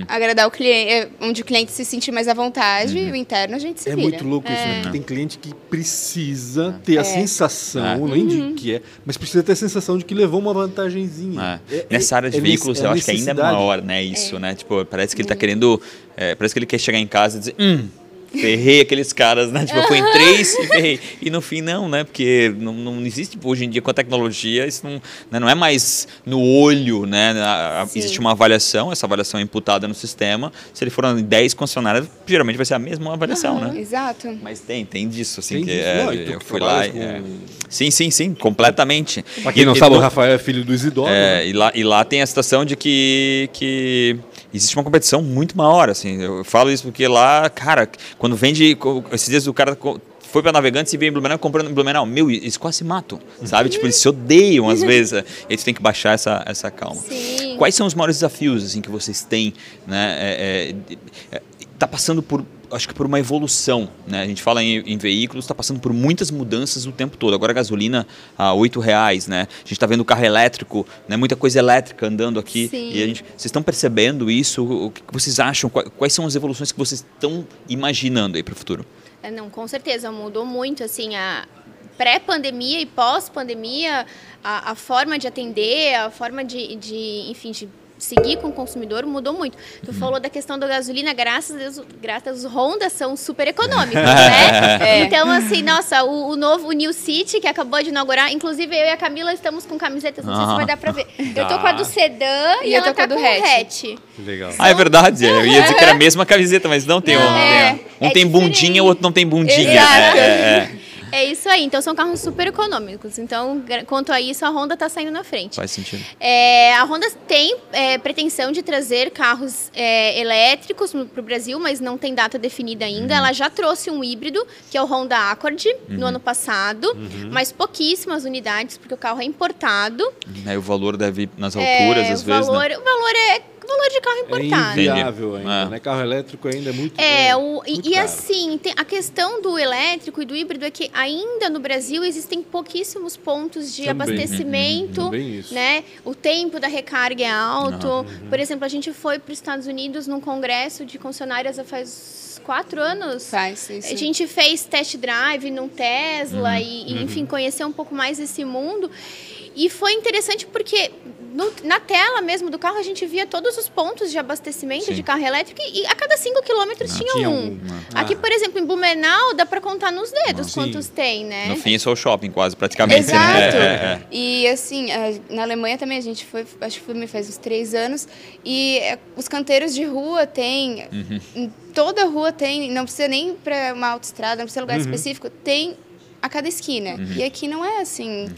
[SPEAKER 4] agradar o cliente, é, onde o cliente se sentir mais à vontade, e o interno a gente se
[SPEAKER 1] É
[SPEAKER 4] vira.
[SPEAKER 1] muito louco isso, né? Porque tem cliente que precisa ter a sensação,
[SPEAKER 2] É.
[SPEAKER 1] nem de que é, mas precisa ter a sensação de que levou uma vantagenzinha.
[SPEAKER 2] É.
[SPEAKER 1] É-
[SPEAKER 2] Nessa área de
[SPEAKER 1] é
[SPEAKER 2] veículos,
[SPEAKER 1] nece-
[SPEAKER 2] eu acho que ainda é
[SPEAKER 1] necessidade.
[SPEAKER 2] maior, né? Isso, né? Tipo, parece que ele tá querendo. é, parece que ele quer chegar em casa e dizer. Hum, Ferrei aqueles caras, né? Tipo, eu fui em três e ferrei. E no fim, não, né? Porque não, não existe, tipo, hoje em dia, com a tecnologia, isso não, né, não é mais no olho, né? A- a-
[SPEAKER 4] Sim.
[SPEAKER 2] existe uma avaliação, essa avaliação é imputada no sistema. Se ele for em 10 concessionárias, geralmente vai ser a mesma avaliação,
[SPEAKER 4] Uhum.
[SPEAKER 2] né?
[SPEAKER 4] Exato.
[SPEAKER 2] Mas tem, tem disso, assim,
[SPEAKER 1] Tem
[SPEAKER 2] que
[SPEAKER 1] disso.
[SPEAKER 2] é,
[SPEAKER 1] Não, e tu
[SPEAKER 2] eu
[SPEAKER 1] que
[SPEAKER 2] fui lá.
[SPEAKER 1] trabalhas
[SPEAKER 2] e, é.
[SPEAKER 1] com-
[SPEAKER 2] Sim, sim, sim, completamente.
[SPEAKER 1] Pra quem
[SPEAKER 2] E-
[SPEAKER 1] não
[SPEAKER 2] e
[SPEAKER 1] sabe, o
[SPEAKER 2] no-
[SPEAKER 1] Rafael é filho do Isidoro. né?
[SPEAKER 2] é, e lá, e lá tem a situação de que, que existe uma competição muito maior, assim. Eu falo isso porque lá, cara, quando vende. co- Esses dias o cara co- foi pra Navegantes e veio em Blumenau comprando em Blumenau. Meu, eles quase se matam, sabe? Tipo, eles se odeiam às vezes. é. Eles têm que baixar essa, essa calma.
[SPEAKER 3] Sim.
[SPEAKER 2] Quais são os maiores desafios assim, que vocês têm, né? É, é, é, tá passando por acho que por uma evolução, né? A gente fala em, em veículos, está passando por muitas mudanças o tempo todo. Agora a gasolina a oito reais, né? A gente está vendo carro elétrico, né? Muita coisa elétrica andando aqui.
[SPEAKER 3] Sim.
[SPEAKER 2] E a gente, vocês estão percebendo isso? O que que vocês acham? Qua- Quais são as evoluções que vocês estão imaginando aí para o futuro?
[SPEAKER 3] É, Não, com certeza, mudou muito, assim, a pré-pandemia e pós-pandemia, a, a forma de atender, a forma de, de, enfim, de seguir com o consumidor mudou muito. Tu falou da questão da gasolina, graças a Deus, graças aos Honda são super econômicos, né?
[SPEAKER 4] É.
[SPEAKER 3] Então, assim, nossa, o, o novo o New City, que acabou de inaugurar, inclusive eu e a Camila estamos com camisetas, não sei se
[SPEAKER 2] Ah.
[SPEAKER 3] vai dar pra ver. Eu tô com a do sedã e,
[SPEAKER 4] E eu
[SPEAKER 3] ela
[SPEAKER 4] tô com
[SPEAKER 3] tá
[SPEAKER 4] a do
[SPEAKER 3] com o
[SPEAKER 4] hatch.
[SPEAKER 3] hatch.
[SPEAKER 1] Legal.
[SPEAKER 2] Ah, é verdade. Eu ia dizer que era a mesma camiseta, mas é. não tem
[SPEAKER 3] Não,
[SPEAKER 2] um. um
[SPEAKER 3] é. É
[SPEAKER 2] tem
[SPEAKER 3] diferente.
[SPEAKER 2] bundinha, o outro não tem bundinha.
[SPEAKER 3] Exato.
[SPEAKER 2] É, é, é.
[SPEAKER 3] É isso aí, então são carros super econômicos. Então, gra- quanto a isso, a Honda tá saindo na frente.
[SPEAKER 2] Faz sentido.
[SPEAKER 3] É, a Honda tem é, pretensão de trazer carros é, elétricos para o Brasil, mas não tem data definida ainda.
[SPEAKER 1] Uhum.
[SPEAKER 3] Ela já trouxe um híbrido, que é o Honda Accord, no ano passado,
[SPEAKER 1] Uhum.
[SPEAKER 3] mas pouquíssimas unidades, porque o carro é importado.
[SPEAKER 2] Aí né, o valor deve ir nas alturas,
[SPEAKER 3] É,
[SPEAKER 2] às
[SPEAKER 3] o,
[SPEAKER 2] vezes, né?
[SPEAKER 3] valor, o valor é o valor de carro
[SPEAKER 1] É
[SPEAKER 3] importado.
[SPEAKER 1] inviável
[SPEAKER 2] Entendi.
[SPEAKER 1] ainda,
[SPEAKER 2] É.
[SPEAKER 1] né? Carro elétrico ainda é muito
[SPEAKER 3] É,
[SPEAKER 1] é,
[SPEAKER 3] o, e-
[SPEAKER 1] muito
[SPEAKER 3] e,
[SPEAKER 1] caro.
[SPEAKER 3] assim, tem- a questão do elétrico e do híbrido é que ainda no Brasil existem pouquíssimos pontos de
[SPEAKER 1] Também. Uhum,
[SPEAKER 3] abastecimento.
[SPEAKER 1] Também isso.
[SPEAKER 3] né? O tempo da recarga é alto.
[SPEAKER 1] Ah, uhum.
[SPEAKER 3] Por exemplo, a gente foi para os Estados Unidos num congresso de concessionárias há faz quatro anos.
[SPEAKER 4] Faz isso.
[SPEAKER 3] A gente fez test drive num
[SPEAKER 1] Uhum,
[SPEAKER 3] Tesla e, e, enfim, conhecer um pouco mais desse mundo. E foi interessante porque no- na tela mesmo do carro a gente via todos os pontos de abastecimento
[SPEAKER 2] Sim.
[SPEAKER 3] de carro elétrico e, e a cada cinco quilômetros tinha,
[SPEAKER 1] tinha
[SPEAKER 3] um.
[SPEAKER 1] um. Ah.
[SPEAKER 3] Aqui, por exemplo, em Blumenau dá para contar nos dedos
[SPEAKER 1] Sim.
[SPEAKER 3] quantos tem, né?
[SPEAKER 2] No fim, é só o shopping, quase, praticamente. Né?
[SPEAKER 4] Exato.
[SPEAKER 2] É, é,
[SPEAKER 4] E assim, a- na Alemanha também a gente foi, acho que foi faz uns três anos, e é, os canteiros de rua tem, em toda rua tem, não precisa nem para uma autoestrada, não precisa lugar específico, tem a cada esquina. E aqui não é assim. então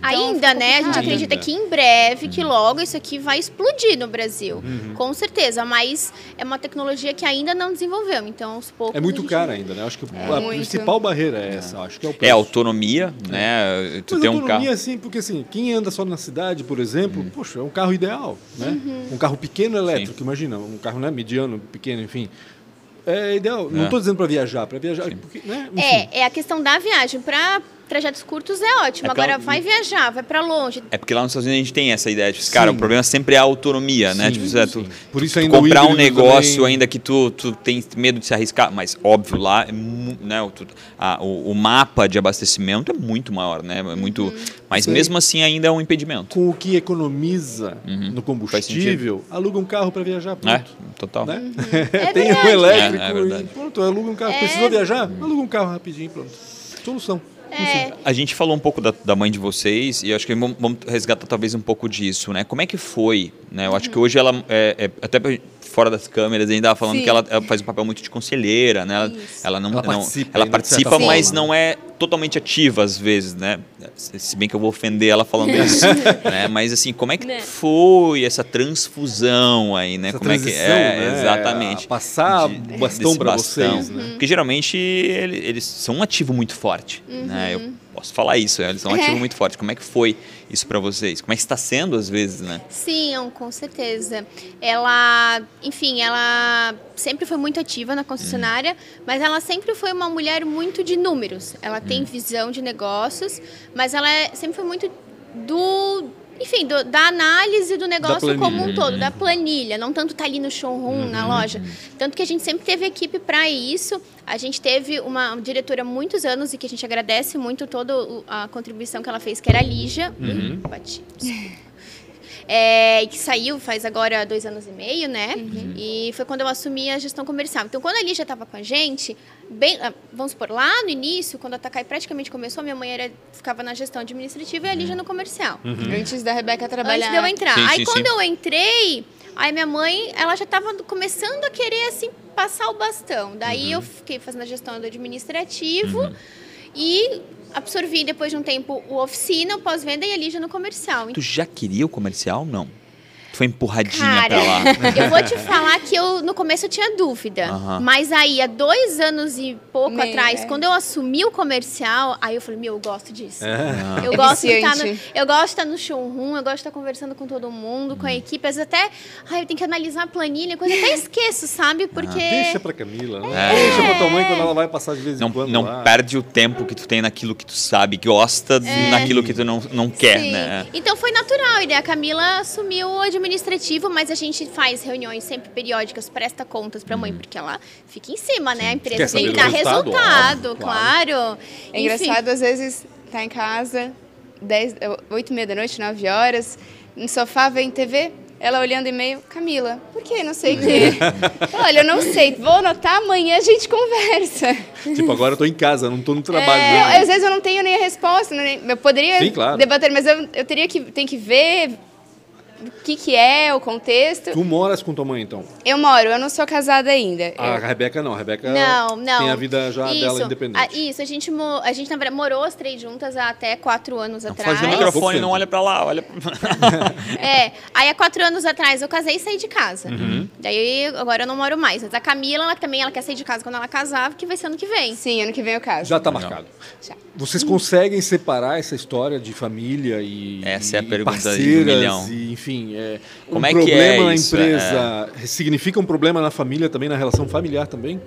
[SPEAKER 4] fica
[SPEAKER 3] Ainda, né? A gente
[SPEAKER 4] complicado.
[SPEAKER 3] acredita
[SPEAKER 1] Ainda.
[SPEAKER 3] que em breve, que logo isso aqui vai explodir no Brasil.
[SPEAKER 1] Uhum.
[SPEAKER 3] Com certeza, mas é uma tecnologia que ainda não desenvolveu, então aos poucos.
[SPEAKER 1] É
[SPEAKER 3] a
[SPEAKER 1] muito
[SPEAKER 3] gente-
[SPEAKER 1] caro ainda, né? Acho que
[SPEAKER 3] É.
[SPEAKER 1] a
[SPEAKER 4] Muito.
[SPEAKER 1] principal barreira é essa, acho que é o
[SPEAKER 2] é.
[SPEAKER 1] preço.
[SPEAKER 2] É autonomia, né? Tu
[SPEAKER 1] Mas
[SPEAKER 2] tem um
[SPEAKER 1] autonomia,
[SPEAKER 2] carro. Uhum.
[SPEAKER 1] assim, porque assim, quem anda só na cidade, por exemplo, poxa, é um carro ideal, né?
[SPEAKER 3] Uhum.
[SPEAKER 1] Um carro pequeno elétrico, imagina, um carro né, mediano, pequeno, enfim. É ideal. Não
[SPEAKER 2] É.
[SPEAKER 1] estou dizendo para viajar, para viajar, porque, né? Enfim,
[SPEAKER 3] É, é a questão da viagem. Para trajetos curtos é ótimo.
[SPEAKER 2] É pra-
[SPEAKER 3] Agora vai viajar, vai pra longe.
[SPEAKER 2] É porque lá nos Estados Unidos a gente tem essa ideia. Tipo, cara,
[SPEAKER 1] Sim.
[SPEAKER 2] o problema sempre é a autonomia, né?
[SPEAKER 1] Sim,
[SPEAKER 2] Tipo, é, tu,
[SPEAKER 1] sim. Por isso
[SPEAKER 2] tu
[SPEAKER 1] ainda o
[SPEAKER 2] comprar um
[SPEAKER 1] híbrido
[SPEAKER 2] negócio
[SPEAKER 1] também.
[SPEAKER 2] ainda que tu, tu tem medo de se arriscar. Mas, óbvio, lá é mu- né, o, tu- a- o, o mapa de abastecimento é muito maior, né? É muito,
[SPEAKER 3] Uhum.
[SPEAKER 2] Mas
[SPEAKER 1] Sim.
[SPEAKER 2] mesmo assim ainda é um impedimento.
[SPEAKER 1] Com o que economiza no
[SPEAKER 2] Uhum. Faz
[SPEAKER 1] combustível,
[SPEAKER 2] sentido.
[SPEAKER 1] aluga um carro para viajar, pronto.
[SPEAKER 2] Né? Total.
[SPEAKER 1] Né?
[SPEAKER 3] É
[SPEAKER 1] Tem um
[SPEAKER 3] verdade.
[SPEAKER 1] elétrico
[SPEAKER 2] É, é verdade.
[SPEAKER 1] e pronto, aluga um carro.
[SPEAKER 3] É.
[SPEAKER 1] Precisou viajar? Aluga um carro rapidinho, pronto. Solução.
[SPEAKER 3] É.
[SPEAKER 2] A gente falou um pouco da, da mãe de vocês e eu acho que vamos vamos resgatar talvez um pouco disso, né? Como é que foi? Né? Eu acho que hoje ela, é, é- até pra- fora das câmeras, ainda estava falando
[SPEAKER 4] Sim.
[SPEAKER 2] que ela, ela faz um papel muito de conselheira, né? Ela,
[SPEAKER 4] Isso.
[SPEAKER 2] ela não,
[SPEAKER 1] Ela
[SPEAKER 2] não-
[SPEAKER 1] participa ainda,
[SPEAKER 2] ela
[SPEAKER 1] de
[SPEAKER 2] participa,
[SPEAKER 1] certa
[SPEAKER 2] mas
[SPEAKER 1] forma,
[SPEAKER 2] não é totalmente ativa às vezes, né? Se se bem que eu vou ofender ela falando isso, né? Mas assim, como é que
[SPEAKER 3] Né.
[SPEAKER 2] foi essa transfusão aí, né?
[SPEAKER 1] Essa
[SPEAKER 2] como é que
[SPEAKER 1] transição,
[SPEAKER 2] é
[SPEAKER 1] né?
[SPEAKER 2] exatamente?
[SPEAKER 1] Passar
[SPEAKER 2] de-
[SPEAKER 1] o bastão
[SPEAKER 2] desse
[SPEAKER 1] para
[SPEAKER 2] bastão.
[SPEAKER 1] vocês,
[SPEAKER 4] Uhum.
[SPEAKER 1] né?
[SPEAKER 2] Porque geralmente ele- eles são um ativo muito forte, né?
[SPEAKER 4] Uhum.
[SPEAKER 2] Eu posso falar isso, eles são um ativo muito forte. Como é que foi isso pra vocês? Como é que está sendo às vezes, né?
[SPEAKER 3] Sim, com certeza. Ela, enfim, ela sempre foi muito ativa na concessionária, mas ela sempre foi uma mulher muito de números. Ela tem visão de negócios, mas ela é- sempre foi muito do, enfim, do- da análise do negócio
[SPEAKER 1] planilha.
[SPEAKER 3] como um todo, da planilha, não tanto tá ali no showroom, na loja. Tanto que a gente sempre teve equipe para isso. A gente teve uma diretora há muitos anos e que a gente agradece muito toda o- a contribuição que ela fez, que era a Lígia. Ih, Bati. É, e que saiu faz agora dois anos e meio, né? E foi quando eu assumi a gestão comercial. Então, quando a Lígia estava com a gente, bem, ah, vamos supor, lá no início, quando a Takai praticamente começou, minha mãe era, ficava na gestão administrativa e a Lígia no comercial.
[SPEAKER 1] Hum.
[SPEAKER 4] Antes da Rebeca trabalhar.
[SPEAKER 3] Antes de eu entrar.
[SPEAKER 2] Sim,
[SPEAKER 3] aí
[SPEAKER 2] sim,
[SPEAKER 3] quando
[SPEAKER 2] sim.
[SPEAKER 3] eu entrei, aí minha mãe, ela já estava começando a querer assim passar o bastão. Daí
[SPEAKER 2] Uhum.
[SPEAKER 3] eu fiquei fazendo a gestão do administrativo e absorvi depois de um tempo o oficina, o pós-venda e a Lígia no comercial. Então,
[SPEAKER 2] Tu já queria o comercial não? Tu foi empurradinha
[SPEAKER 3] Cara,
[SPEAKER 2] pra lá.
[SPEAKER 3] eu vou te falar que eu no começo eu tinha dúvida.
[SPEAKER 2] Aham.
[SPEAKER 3] Mas aí, há dois anos e pouco
[SPEAKER 4] Meio,
[SPEAKER 3] atrás,
[SPEAKER 4] é.
[SPEAKER 3] quando eu assumi o comercial, aí eu falei, meu, eu gosto disso.
[SPEAKER 2] Ah,
[SPEAKER 3] Eu
[SPEAKER 4] É
[SPEAKER 3] gosto, de estar no,
[SPEAKER 4] viciante.
[SPEAKER 3] eu gosto de estar no showroom, eu gosto de estar conversando com todo mundo, com a equipe. Às vezes até, ai, eu tenho que analisar a planilha, coisa eu até esqueço, sabe? Porque...
[SPEAKER 1] Deixa pra Camila, né?
[SPEAKER 2] É.
[SPEAKER 1] Deixa pra tua mãe quando ela vai passar de vez em
[SPEAKER 2] não
[SPEAKER 1] quando.
[SPEAKER 2] não
[SPEAKER 1] lá.
[SPEAKER 2] perde o tempo que tu tem naquilo que tu sabe, que gosta,
[SPEAKER 4] É.
[SPEAKER 2] naquilo que tu não, não quer,
[SPEAKER 3] Sim.
[SPEAKER 2] né?
[SPEAKER 4] Ah,
[SPEAKER 3] Então foi natural, e daí a Camila assumiu o administrativo, mas a gente faz reuniões sempre periódicas, presta contas pra mãe, porque ela fica em cima, né? A
[SPEAKER 1] Quer
[SPEAKER 3] empresa
[SPEAKER 1] saber
[SPEAKER 3] tem que
[SPEAKER 1] do
[SPEAKER 3] dar
[SPEAKER 1] resultado,
[SPEAKER 3] resultado,
[SPEAKER 1] óbvio,
[SPEAKER 3] claro.
[SPEAKER 4] É
[SPEAKER 3] Enfim.
[SPEAKER 4] engraçado, às vezes tá em casa, 10, 8 e meia da noite, 9 horas, no sofá, vem TV, ela olhando e-mail, Camila, por que não sei o quê? Olha, eu não sei, vou anotar, amanhã a gente conversa.
[SPEAKER 1] Tipo, agora eu tô em casa, não tô no trabalho.
[SPEAKER 4] É,
[SPEAKER 1] né?
[SPEAKER 4] não, às vezes eu não tenho nem a resposta, nem- eu poderia
[SPEAKER 1] Sim, claro.
[SPEAKER 4] debater, mas eu, eu teria que, tem que ver o que que é, o contexto.
[SPEAKER 1] Tu moras com tua mãe, então?
[SPEAKER 4] Eu moro, eu não sou casada ainda.
[SPEAKER 1] A
[SPEAKER 4] Eu-
[SPEAKER 1] Rebeca não. A Rebeca
[SPEAKER 3] Não, não.
[SPEAKER 1] tem a vida já dela
[SPEAKER 3] Isso.
[SPEAKER 1] independente.
[SPEAKER 3] Ah, isso, a gente, mo- a gente na verdade, morou as três juntas há até quatro anos
[SPEAKER 2] Não
[SPEAKER 3] atrás.
[SPEAKER 2] foge do
[SPEAKER 4] é
[SPEAKER 1] pouco
[SPEAKER 2] microfone,
[SPEAKER 1] tempo.
[SPEAKER 2] não olha pra lá, olha pra...
[SPEAKER 3] É, aí há quatro anos atrás eu casei e saí de casa. Daí agora eu não moro mais. Mas a Camila, ela também ela quer sair de casa quando ela casar, que vai ser ano que vem.
[SPEAKER 4] Sim, ano que vem eu caso.
[SPEAKER 1] Já tá
[SPEAKER 2] Legal.
[SPEAKER 1] marcado.
[SPEAKER 4] Já.
[SPEAKER 1] Vocês conseguem separar essa história de família e
[SPEAKER 2] Essa é a
[SPEAKER 1] e
[SPEAKER 2] pergunta aí do
[SPEAKER 1] parceiras
[SPEAKER 2] milhão.
[SPEAKER 1] e, enfim, é, um
[SPEAKER 2] Como é que é
[SPEAKER 1] problema na
[SPEAKER 2] isso? É.
[SPEAKER 1] empresa significa um problema na família também, na relação familiar também?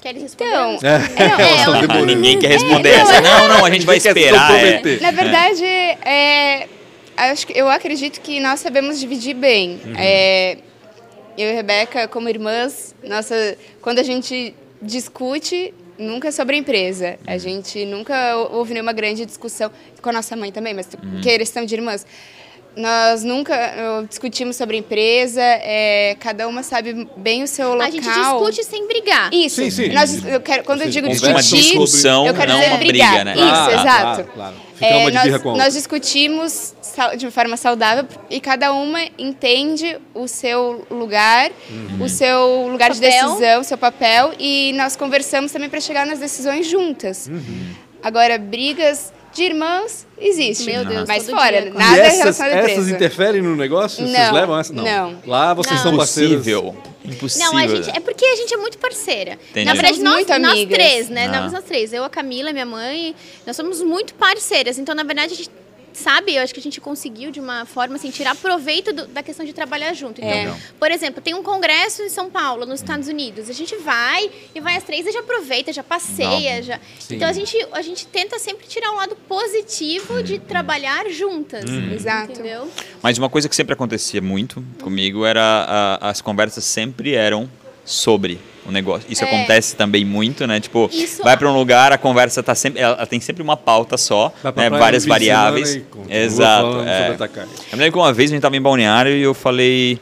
[SPEAKER 3] Quer eles
[SPEAKER 4] Então,
[SPEAKER 3] responderem?
[SPEAKER 4] é, não,
[SPEAKER 3] É,
[SPEAKER 1] Nossa,
[SPEAKER 3] eu-
[SPEAKER 1] demorou.
[SPEAKER 2] Ninguém quer responder
[SPEAKER 4] É, não,
[SPEAKER 2] essa.
[SPEAKER 4] é-
[SPEAKER 2] Não, não, a gente vai
[SPEAKER 1] Tá Ninguém quer se
[SPEAKER 2] esperar. é.
[SPEAKER 1] comprometer.
[SPEAKER 4] Na verdade, é, acho que- eu acredito que nós sabemos dividir bem.
[SPEAKER 1] Uhum.
[SPEAKER 4] É, eu e Rebeca, como irmãs, nossa, quando a gente discute, nunca é sobre a empresa.
[SPEAKER 1] Uhum.
[SPEAKER 4] A gente nunca ou- houve nenhuma grande discussão com a nossa mãe também, mas
[SPEAKER 1] Uhum.
[SPEAKER 4] que eles são de irmãs. Nós nunca eh, discutimos sobre a empresa, é, cada uma sabe bem o seu local.
[SPEAKER 3] A gente discute sem brigar.
[SPEAKER 4] Isso.
[SPEAKER 1] Sim, sim.
[SPEAKER 4] Nós- eu quero- quando eu
[SPEAKER 1] Vocês
[SPEAKER 4] digo
[SPEAKER 1] conversam
[SPEAKER 2] uma
[SPEAKER 4] discutir,
[SPEAKER 1] sobre-
[SPEAKER 2] discussão,
[SPEAKER 4] eu quero
[SPEAKER 2] não
[SPEAKER 4] dizer
[SPEAKER 2] uma
[SPEAKER 4] brigar.
[SPEAKER 2] briga, né?
[SPEAKER 4] Isso,
[SPEAKER 2] Claro,
[SPEAKER 4] exato.
[SPEAKER 1] Ah, tá, Claro, claro. Fica uma
[SPEAKER 4] É,
[SPEAKER 1] de birra
[SPEAKER 4] nós,
[SPEAKER 1] com a
[SPEAKER 4] nós
[SPEAKER 1] outra.
[SPEAKER 4] discutimos sal- de forma saudável e cada uma entende o seu lugar,
[SPEAKER 1] Uhum.
[SPEAKER 4] o seu lugar de
[SPEAKER 3] Papel.
[SPEAKER 4] decisão, o seu papel e nós conversamos também para chegar nas decisões juntas.
[SPEAKER 1] Uhum.
[SPEAKER 4] Agora, brigas de irmãos existe,
[SPEAKER 3] Meu Deus,
[SPEAKER 4] mas
[SPEAKER 3] todo
[SPEAKER 4] fora,
[SPEAKER 3] dia
[SPEAKER 4] nada
[SPEAKER 1] e
[SPEAKER 4] é
[SPEAKER 1] essas,
[SPEAKER 4] relacionado à
[SPEAKER 1] essas
[SPEAKER 4] empresa.
[SPEAKER 1] interferem no negócio? Vocês
[SPEAKER 4] Não,
[SPEAKER 1] levam essa? Não.
[SPEAKER 4] não.
[SPEAKER 1] Lá vocês
[SPEAKER 3] Não.
[SPEAKER 1] são parceiros. né?
[SPEAKER 2] Impossível. Impossível.
[SPEAKER 3] Não, a gente, é porque a gente é muito parceira.
[SPEAKER 2] Entendi.
[SPEAKER 3] Na verdade,
[SPEAKER 4] Somos
[SPEAKER 3] nós,
[SPEAKER 4] muito
[SPEAKER 3] nós
[SPEAKER 4] amigas.
[SPEAKER 3] três, né?
[SPEAKER 2] Ah.
[SPEAKER 3] Nós, nós três, eu, a Camila, minha mãe, nós somos muito parceiras. Então, na verdade, a gente sabe? Eu acho que a gente conseguiu, de uma forma, assim, tirar proveito do- da questão de trabalhar junto. Então,
[SPEAKER 4] É.
[SPEAKER 2] Legal.
[SPEAKER 3] por exemplo, tem um congresso em São Paulo, nos Estados Unidos. A gente vai e vai às três e já aproveita, já passeia,
[SPEAKER 2] Não.
[SPEAKER 3] já.
[SPEAKER 2] Sim.
[SPEAKER 3] Então a gente, a gente tenta sempre tirar um lado positivo
[SPEAKER 2] Uhum.
[SPEAKER 3] de trabalhar juntas.
[SPEAKER 4] Exato.
[SPEAKER 3] Entendeu?
[SPEAKER 2] Mas uma coisa que sempre acontecia muito comigo era a- as conversas sempre eram sobre o negócio. Isso
[SPEAKER 3] É.
[SPEAKER 2] acontece também muito, né? Tipo,
[SPEAKER 3] Isso-
[SPEAKER 2] vai para um lugar, a conversa tá sempre, ela, ela tem sempre uma pauta só,
[SPEAKER 1] Vai pra
[SPEAKER 2] né?
[SPEAKER 1] praia
[SPEAKER 2] Várias
[SPEAKER 1] no fim de semana
[SPEAKER 2] variáveis.
[SPEAKER 1] e continua
[SPEAKER 2] Exato.
[SPEAKER 1] falando
[SPEAKER 2] é.
[SPEAKER 1] né? sobre Atacari.
[SPEAKER 2] Eu me lembro que uma vez a gente estava em Balneário e eu falei.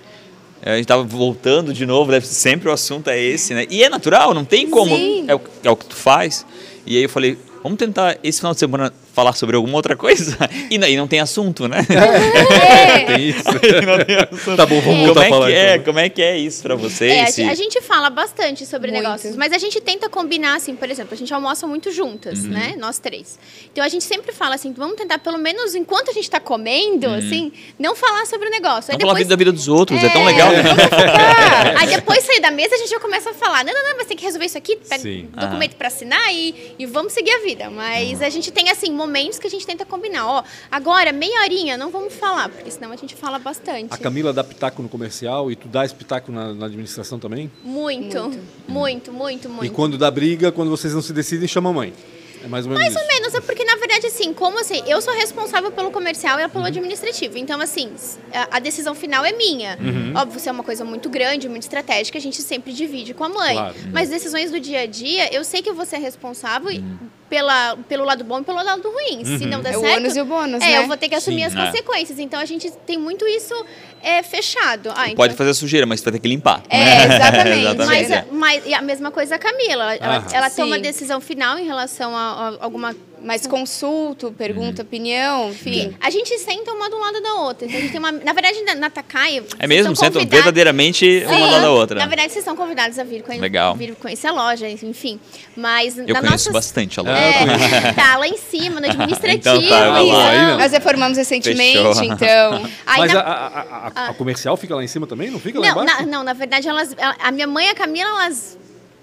[SPEAKER 2] é, A gente tava voltando de novo, deve sempre o assunto é esse, né? E é natural, não tem como.
[SPEAKER 4] Sim.
[SPEAKER 2] É o, é o que tu faz. E aí eu falei, vamos tentar esse final de semana falar sobre alguma outra coisa. E daí não tem assunto, né?
[SPEAKER 4] É.
[SPEAKER 1] Tem isso. É. tá bom, vamos
[SPEAKER 2] como
[SPEAKER 1] voltar
[SPEAKER 2] é
[SPEAKER 1] a falar.
[SPEAKER 2] que é?
[SPEAKER 1] então.
[SPEAKER 2] Como é que é isso pra vocês?
[SPEAKER 3] É, a,
[SPEAKER 2] Se-
[SPEAKER 3] ge- a gente fala bastante sobre
[SPEAKER 4] Muito.
[SPEAKER 3] negócios, mas a gente tenta combinar, assim, por exemplo, a gente almoça muito juntas,
[SPEAKER 1] Uhum.
[SPEAKER 3] né? Nós três. Então a gente sempre fala assim, vamos tentar, pelo menos enquanto a gente tá comendo,
[SPEAKER 1] Uhum.
[SPEAKER 3] assim, não falar sobre o negócio.
[SPEAKER 2] Não falar vida da vida dos outros, é, tão legal, né?
[SPEAKER 3] vamos focar. Aí depois sair da mesa, a gente já começa a falar. Não, não, não, mas tem que resolver isso aqui, pega
[SPEAKER 1] Sim. Ah. Uhum.
[SPEAKER 3] um documento pra assinar e, e vamos seguir a vida. Mas a gente tem, assim, momentos que a gente tenta combinar. Ó, agora, meia horinha, não vamos falar, porque senão a gente fala bastante.
[SPEAKER 1] é? A Camila dá pitaco no comercial e tu dá esse pitaco na, na administração também?
[SPEAKER 3] Muito, muito, muito, muito.
[SPEAKER 1] E quando dá briga, quando vocês não se decidem, chama a mãe. É mais ou menos isso.
[SPEAKER 3] menos, é porque na verdade, assim, como assim, eu sou responsável pelo comercial e ela pelo
[SPEAKER 2] Uhum.
[SPEAKER 3] administrativo. Então, assim, s- a, a decisão final é minha.
[SPEAKER 2] Uhum.
[SPEAKER 3] Óbvio, isso é uma coisa muito grande, muito estratégica, a gente sempre divide com a mãe.
[SPEAKER 1] Claro.
[SPEAKER 3] Mas decisões do dia a dia, eu sei que você é responsável e
[SPEAKER 2] Uhum.
[SPEAKER 3] pela, pelo lado bom e pelo lado ruim. Se não der
[SPEAKER 4] É o
[SPEAKER 3] certo.
[SPEAKER 4] ônus e o bônus,
[SPEAKER 3] é,
[SPEAKER 4] né?
[SPEAKER 3] eu vou ter que assumir
[SPEAKER 2] Sim,
[SPEAKER 3] as
[SPEAKER 2] é.
[SPEAKER 3] consequências. Então a gente tem muito isso é, fechado. Ah, então-
[SPEAKER 2] Pode fazer sujeira, mas tu vai ter que limpar. né?
[SPEAKER 4] É, exatamente.
[SPEAKER 3] Mas,
[SPEAKER 2] é.
[SPEAKER 3] a- mas e a mesma coisa a Camila. Ela,
[SPEAKER 1] Aham.
[SPEAKER 3] ela toma
[SPEAKER 4] Sim.
[SPEAKER 3] decisão final em relação a- a alguma
[SPEAKER 4] Mas consulto, pergunta,
[SPEAKER 1] Uhum.
[SPEAKER 4] opinião, enfim.
[SPEAKER 3] A gente senta uma do lado da outra. Então a gente tem uma. Na verdade, na, na Takai.
[SPEAKER 2] É
[SPEAKER 3] vocês
[SPEAKER 2] mesmo,
[SPEAKER 3] são
[SPEAKER 2] sentam
[SPEAKER 3] convidados-
[SPEAKER 2] verdadeiramente uma
[SPEAKER 3] Sim.
[SPEAKER 2] do lado da outra.
[SPEAKER 3] Na verdade, vocês são convidados a vir, conhe-
[SPEAKER 2] Legal.
[SPEAKER 3] vir conhecer a loja, enfim. Mas
[SPEAKER 2] Eu
[SPEAKER 3] na
[SPEAKER 2] conheço
[SPEAKER 3] nossa.
[SPEAKER 2] bastante a Laura.
[SPEAKER 1] É, eu conheço.
[SPEAKER 3] É, tá lá em cima, no administrativo.
[SPEAKER 2] Então tá, vai
[SPEAKER 1] lá, aí
[SPEAKER 3] então.
[SPEAKER 1] não.
[SPEAKER 4] Nós reformamos recentemente,
[SPEAKER 2] Fechou.
[SPEAKER 4] então.
[SPEAKER 3] Aí
[SPEAKER 1] Mas
[SPEAKER 3] na-
[SPEAKER 1] a,
[SPEAKER 3] Ah.
[SPEAKER 1] a- a- a- a comercial fica lá em cima também? Não fica lá
[SPEAKER 3] Não,
[SPEAKER 1] embaixo?
[SPEAKER 3] na, não, na verdade, elas, ela- a minha mãe e a Camila, elas,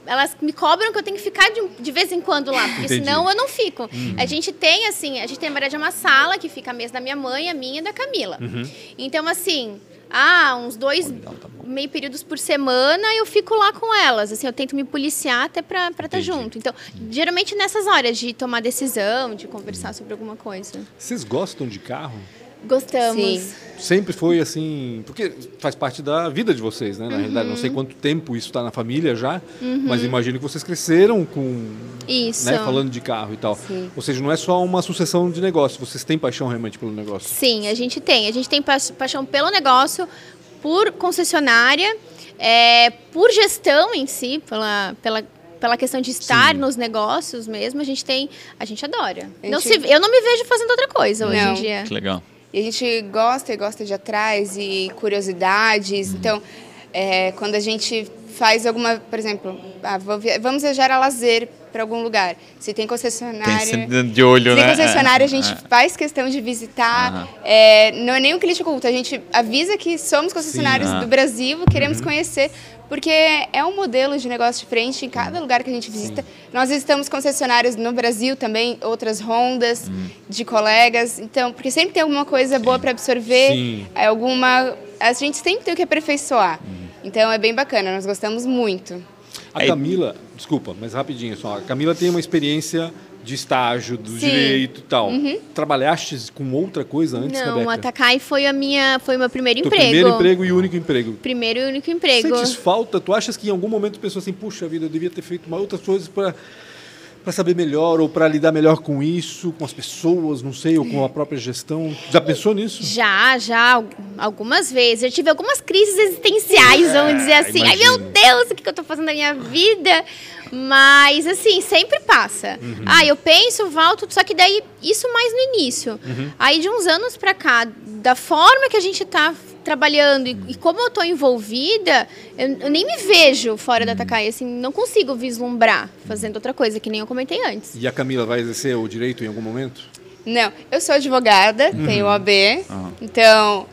[SPEAKER 3] elas me cobram que eu tenho que ficar de, de vez em quando lá, porque
[SPEAKER 1] Entendi. Uhum.
[SPEAKER 3] senão eu não fico. A gente tem, assim, a gente tem, na verdade, uma sala que fica a mesa da minha mãe, a minha e da Camila.
[SPEAKER 1] Uhum.
[SPEAKER 3] Então, assim, ah, uns dois
[SPEAKER 2] Legal, tá bom.
[SPEAKER 3] meio períodos por semana eu fico lá com elas. Assim, eu tento me policiar até pra estar
[SPEAKER 1] Entendi.
[SPEAKER 3] junto. Então, geralmente nessas horas de tomar decisão, de conversar sobre alguma coisa.
[SPEAKER 1] Vocês gostam de carro?
[SPEAKER 3] Gostamos.
[SPEAKER 4] Sim.
[SPEAKER 1] Sempre foi assim, porque faz parte da vida de vocês,
[SPEAKER 3] Uhum.
[SPEAKER 1] né? Na realidade, não sei quanto tempo isso está na família já, mas imagino que vocês cresceram com,
[SPEAKER 3] Isso.
[SPEAKER 1] né, falando de carro e tal.
[SPEAKER 4] Sim.
[SPEAKER 1] Ou seja, não é só uma sucessão de negócios, vocês têm paixão realmente pelo negócio.
[SPEAKER 3] Sim, a gente tem. A gente tem pa- paixão pelo negócio, por concessionária, é, por gestão em si, pela, pela, pela questão de estar
[SPEAKER 1] Sim.
[SPEAKER 3] nos negócios mesmo. A gente tem. A gente adora.
[SPEAKER 4] A
[SPEAKER 3] Não
[SPEAKER 4] gente-
[SPEAKER 3] se- eu não me vejo fazendo outra coisa hoje em
[SPEAKER 4] Não.
[SPEAKER 3] dia.
[SPEAKER 2] Que legal.
[SPEAKER 4] E a gente gosta e gosta de ir atrás e curiosidades.
[SPEAKER 2] Uhum.
[SPEAKER 4] Então, é, quando a gente faz alguma, por exemplo, ah, vou via- vamos viajar a lazer para algum lugar. Se tem
[SPEAKER 2] Tem
[SPEAKER 4] concessionária.
[SPEAKER 2] sempre de olho,
[SPEAKER 4] Se tem
[SPEAKER 2] né?
[SPEAKER 4] concessionária, a gente
[SPEAKER 2] É.
[SPEAKER 4] faz questão de visitar.
[SPEAKER 2] Aham.
[SPEAKER 4] É, não é nem um cliente oculto, a gente avisa que somos concessionários
[SPEAKER 2] Sim. Ah.
[SPEAKER 4] do Brasil, queremos conhecer, porque é um modelo de negócio diferente em
[SPEAKER 2] Uhum.
[SPEAKER 4] cada lugar que a gente visita. Nós visitamos concessionárias no Brasil também, outras rondas
[SPEAKER 2] Uhum.
[SPEAKER 4] de colegas, então, porque sempre tem alguma coisa boa para absorver,
[SPEAKER 1] Sim.
[SPEAKER 4] é alguma. A gente sempre tem o que aperfeiçoar.
[SPEAKER 2] Uhum.
[SPEAKER 4] Então é bem bacana, nós gostamos muito.
[SPEAKER 1] A
[SPEAKER 2] Aí-
[SPEAKER 1] Camila, desculpa, mas rapidinho só. A Camila tem uma experiência de estágio, do
[SPEAKER 4] Sim. Uhum.
[SPEAKER 1] direito e tal. Trabalhaste com outra coisa antes,
[SPEAKER 3] Não, a
[SPEAKER 1] Rebeca?
[SPEAKER 3] Takai foi a minha, foi o meu primeiro
[SPEAKER 1] Teu
[SPEAKER 3] emprego.
[SPEAKER 1] primeiro emprego e único emprego.
[SPEAKER 3] Primeiro e único emprego.
[SPEAKER 1] Sentes falta? Tu achas que em algum momento pensou assim, puxa vida, eu devia ter feito uma outras coisas para para saber melhor ou para lidar melhor com isso, com as pessoas, não sei, ou com a própria gestão? Já pensou nisso?
[SPEAKER 3] Já, já, al- algumas vezes. Eu tive algumas crises existenciais, vamos dizer assim. Ai, meu
[SPEAKER 1] imagino.
[SPEAKER 3] Deus, o que que eu tô fazendo na minha vida? Mas, assim, sempre passa. Ah, eu penso, volto, só que daí, isso mais no início. Aí, de uns anos pra cá, da forma que a gente tá trabalhando e, e como eu tô envolvida, eu, eu nem me vejo fora da Takai, assim, não consigo vislumbrar fazendo outra coisa, que nem eu comentei antes.
[SPEAKER 1] E a Camila vai exercer o direito em algum momento?
[SPEAKER 4] Não, eu sou advogada,
[SPEAKER 2] Uhum.
[SPEAKER 4] tenho OAB, então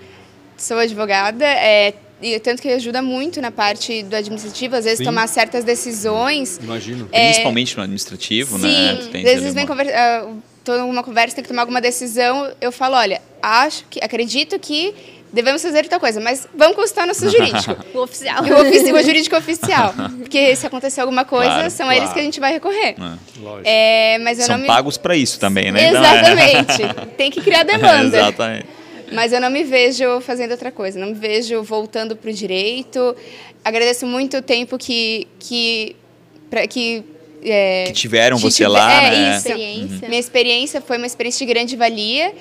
[SPEAKER 4] sou advogada, é, e tanto que ajuda muito na parte do administrativo, às vezes
[SPEAKER 1] Sim.
[SPEAKER 4] tomar certas decisões.
[SPEAKER 1] Imagino.
[SPEAKER 2] Principalmente no administrativo, né?
[SPEAKER 4] é- Sim,
[SPEAKER 2] Tu tem
[SPEAKER 4] às vezes
[SPEAKER 2] ali
[SPEAKER 4] vem
[SPEAKER 2] uma-
[SPEAKER 4] conversar. estou numa conversa, tenho que tomar alguma decisão, eu falo, olha, acho que, acredito que devemos fazer tal coisa, mas vamos consultar nosso jurídico.
[SPEAKER 3] O oficial.
[SPEAKER 4] o, ofici- o jurídico oficial. Porque se acontecer alguma coisa,
[SPEAKER 2] Claro,
[SPEAKER 4] são
[SPEAKER 2] claro.
[SPEAKER 4] eles que a gente vai recorrer.
[SPEAKER 1] Lógico.
[SPEAKER 4] É, mas eu
[SPEAKER 2] São
[SPEAKER 4] não me...
[SPEAKER 2] Ah. pagos para isso também, né? Não é-
[SPEAKER 4] Exatamente. Tem que criar demanda.
[SPEAKER 2] Exatamente.
[SPEAKER 4] Mas eu não me vejo fazendo outra coisa, não me vejo voltando para o direito. Agradeço muito o tempo que. que, pra, que, é,
[SPEAKER 2] Que tiveram
[SPEAKER 4] que
[SPEAKER 2] você
[SPEAKER 4] tive-
[SPEAKER 2] lá,
[SPEAKER 4] é,
[SPEAKER 2] né?
[SPEAKER 4] isso.
[SPEAKER 3] Experiência.
[SPEAKER 4] Minha experiência foi uma experiência de grande valia,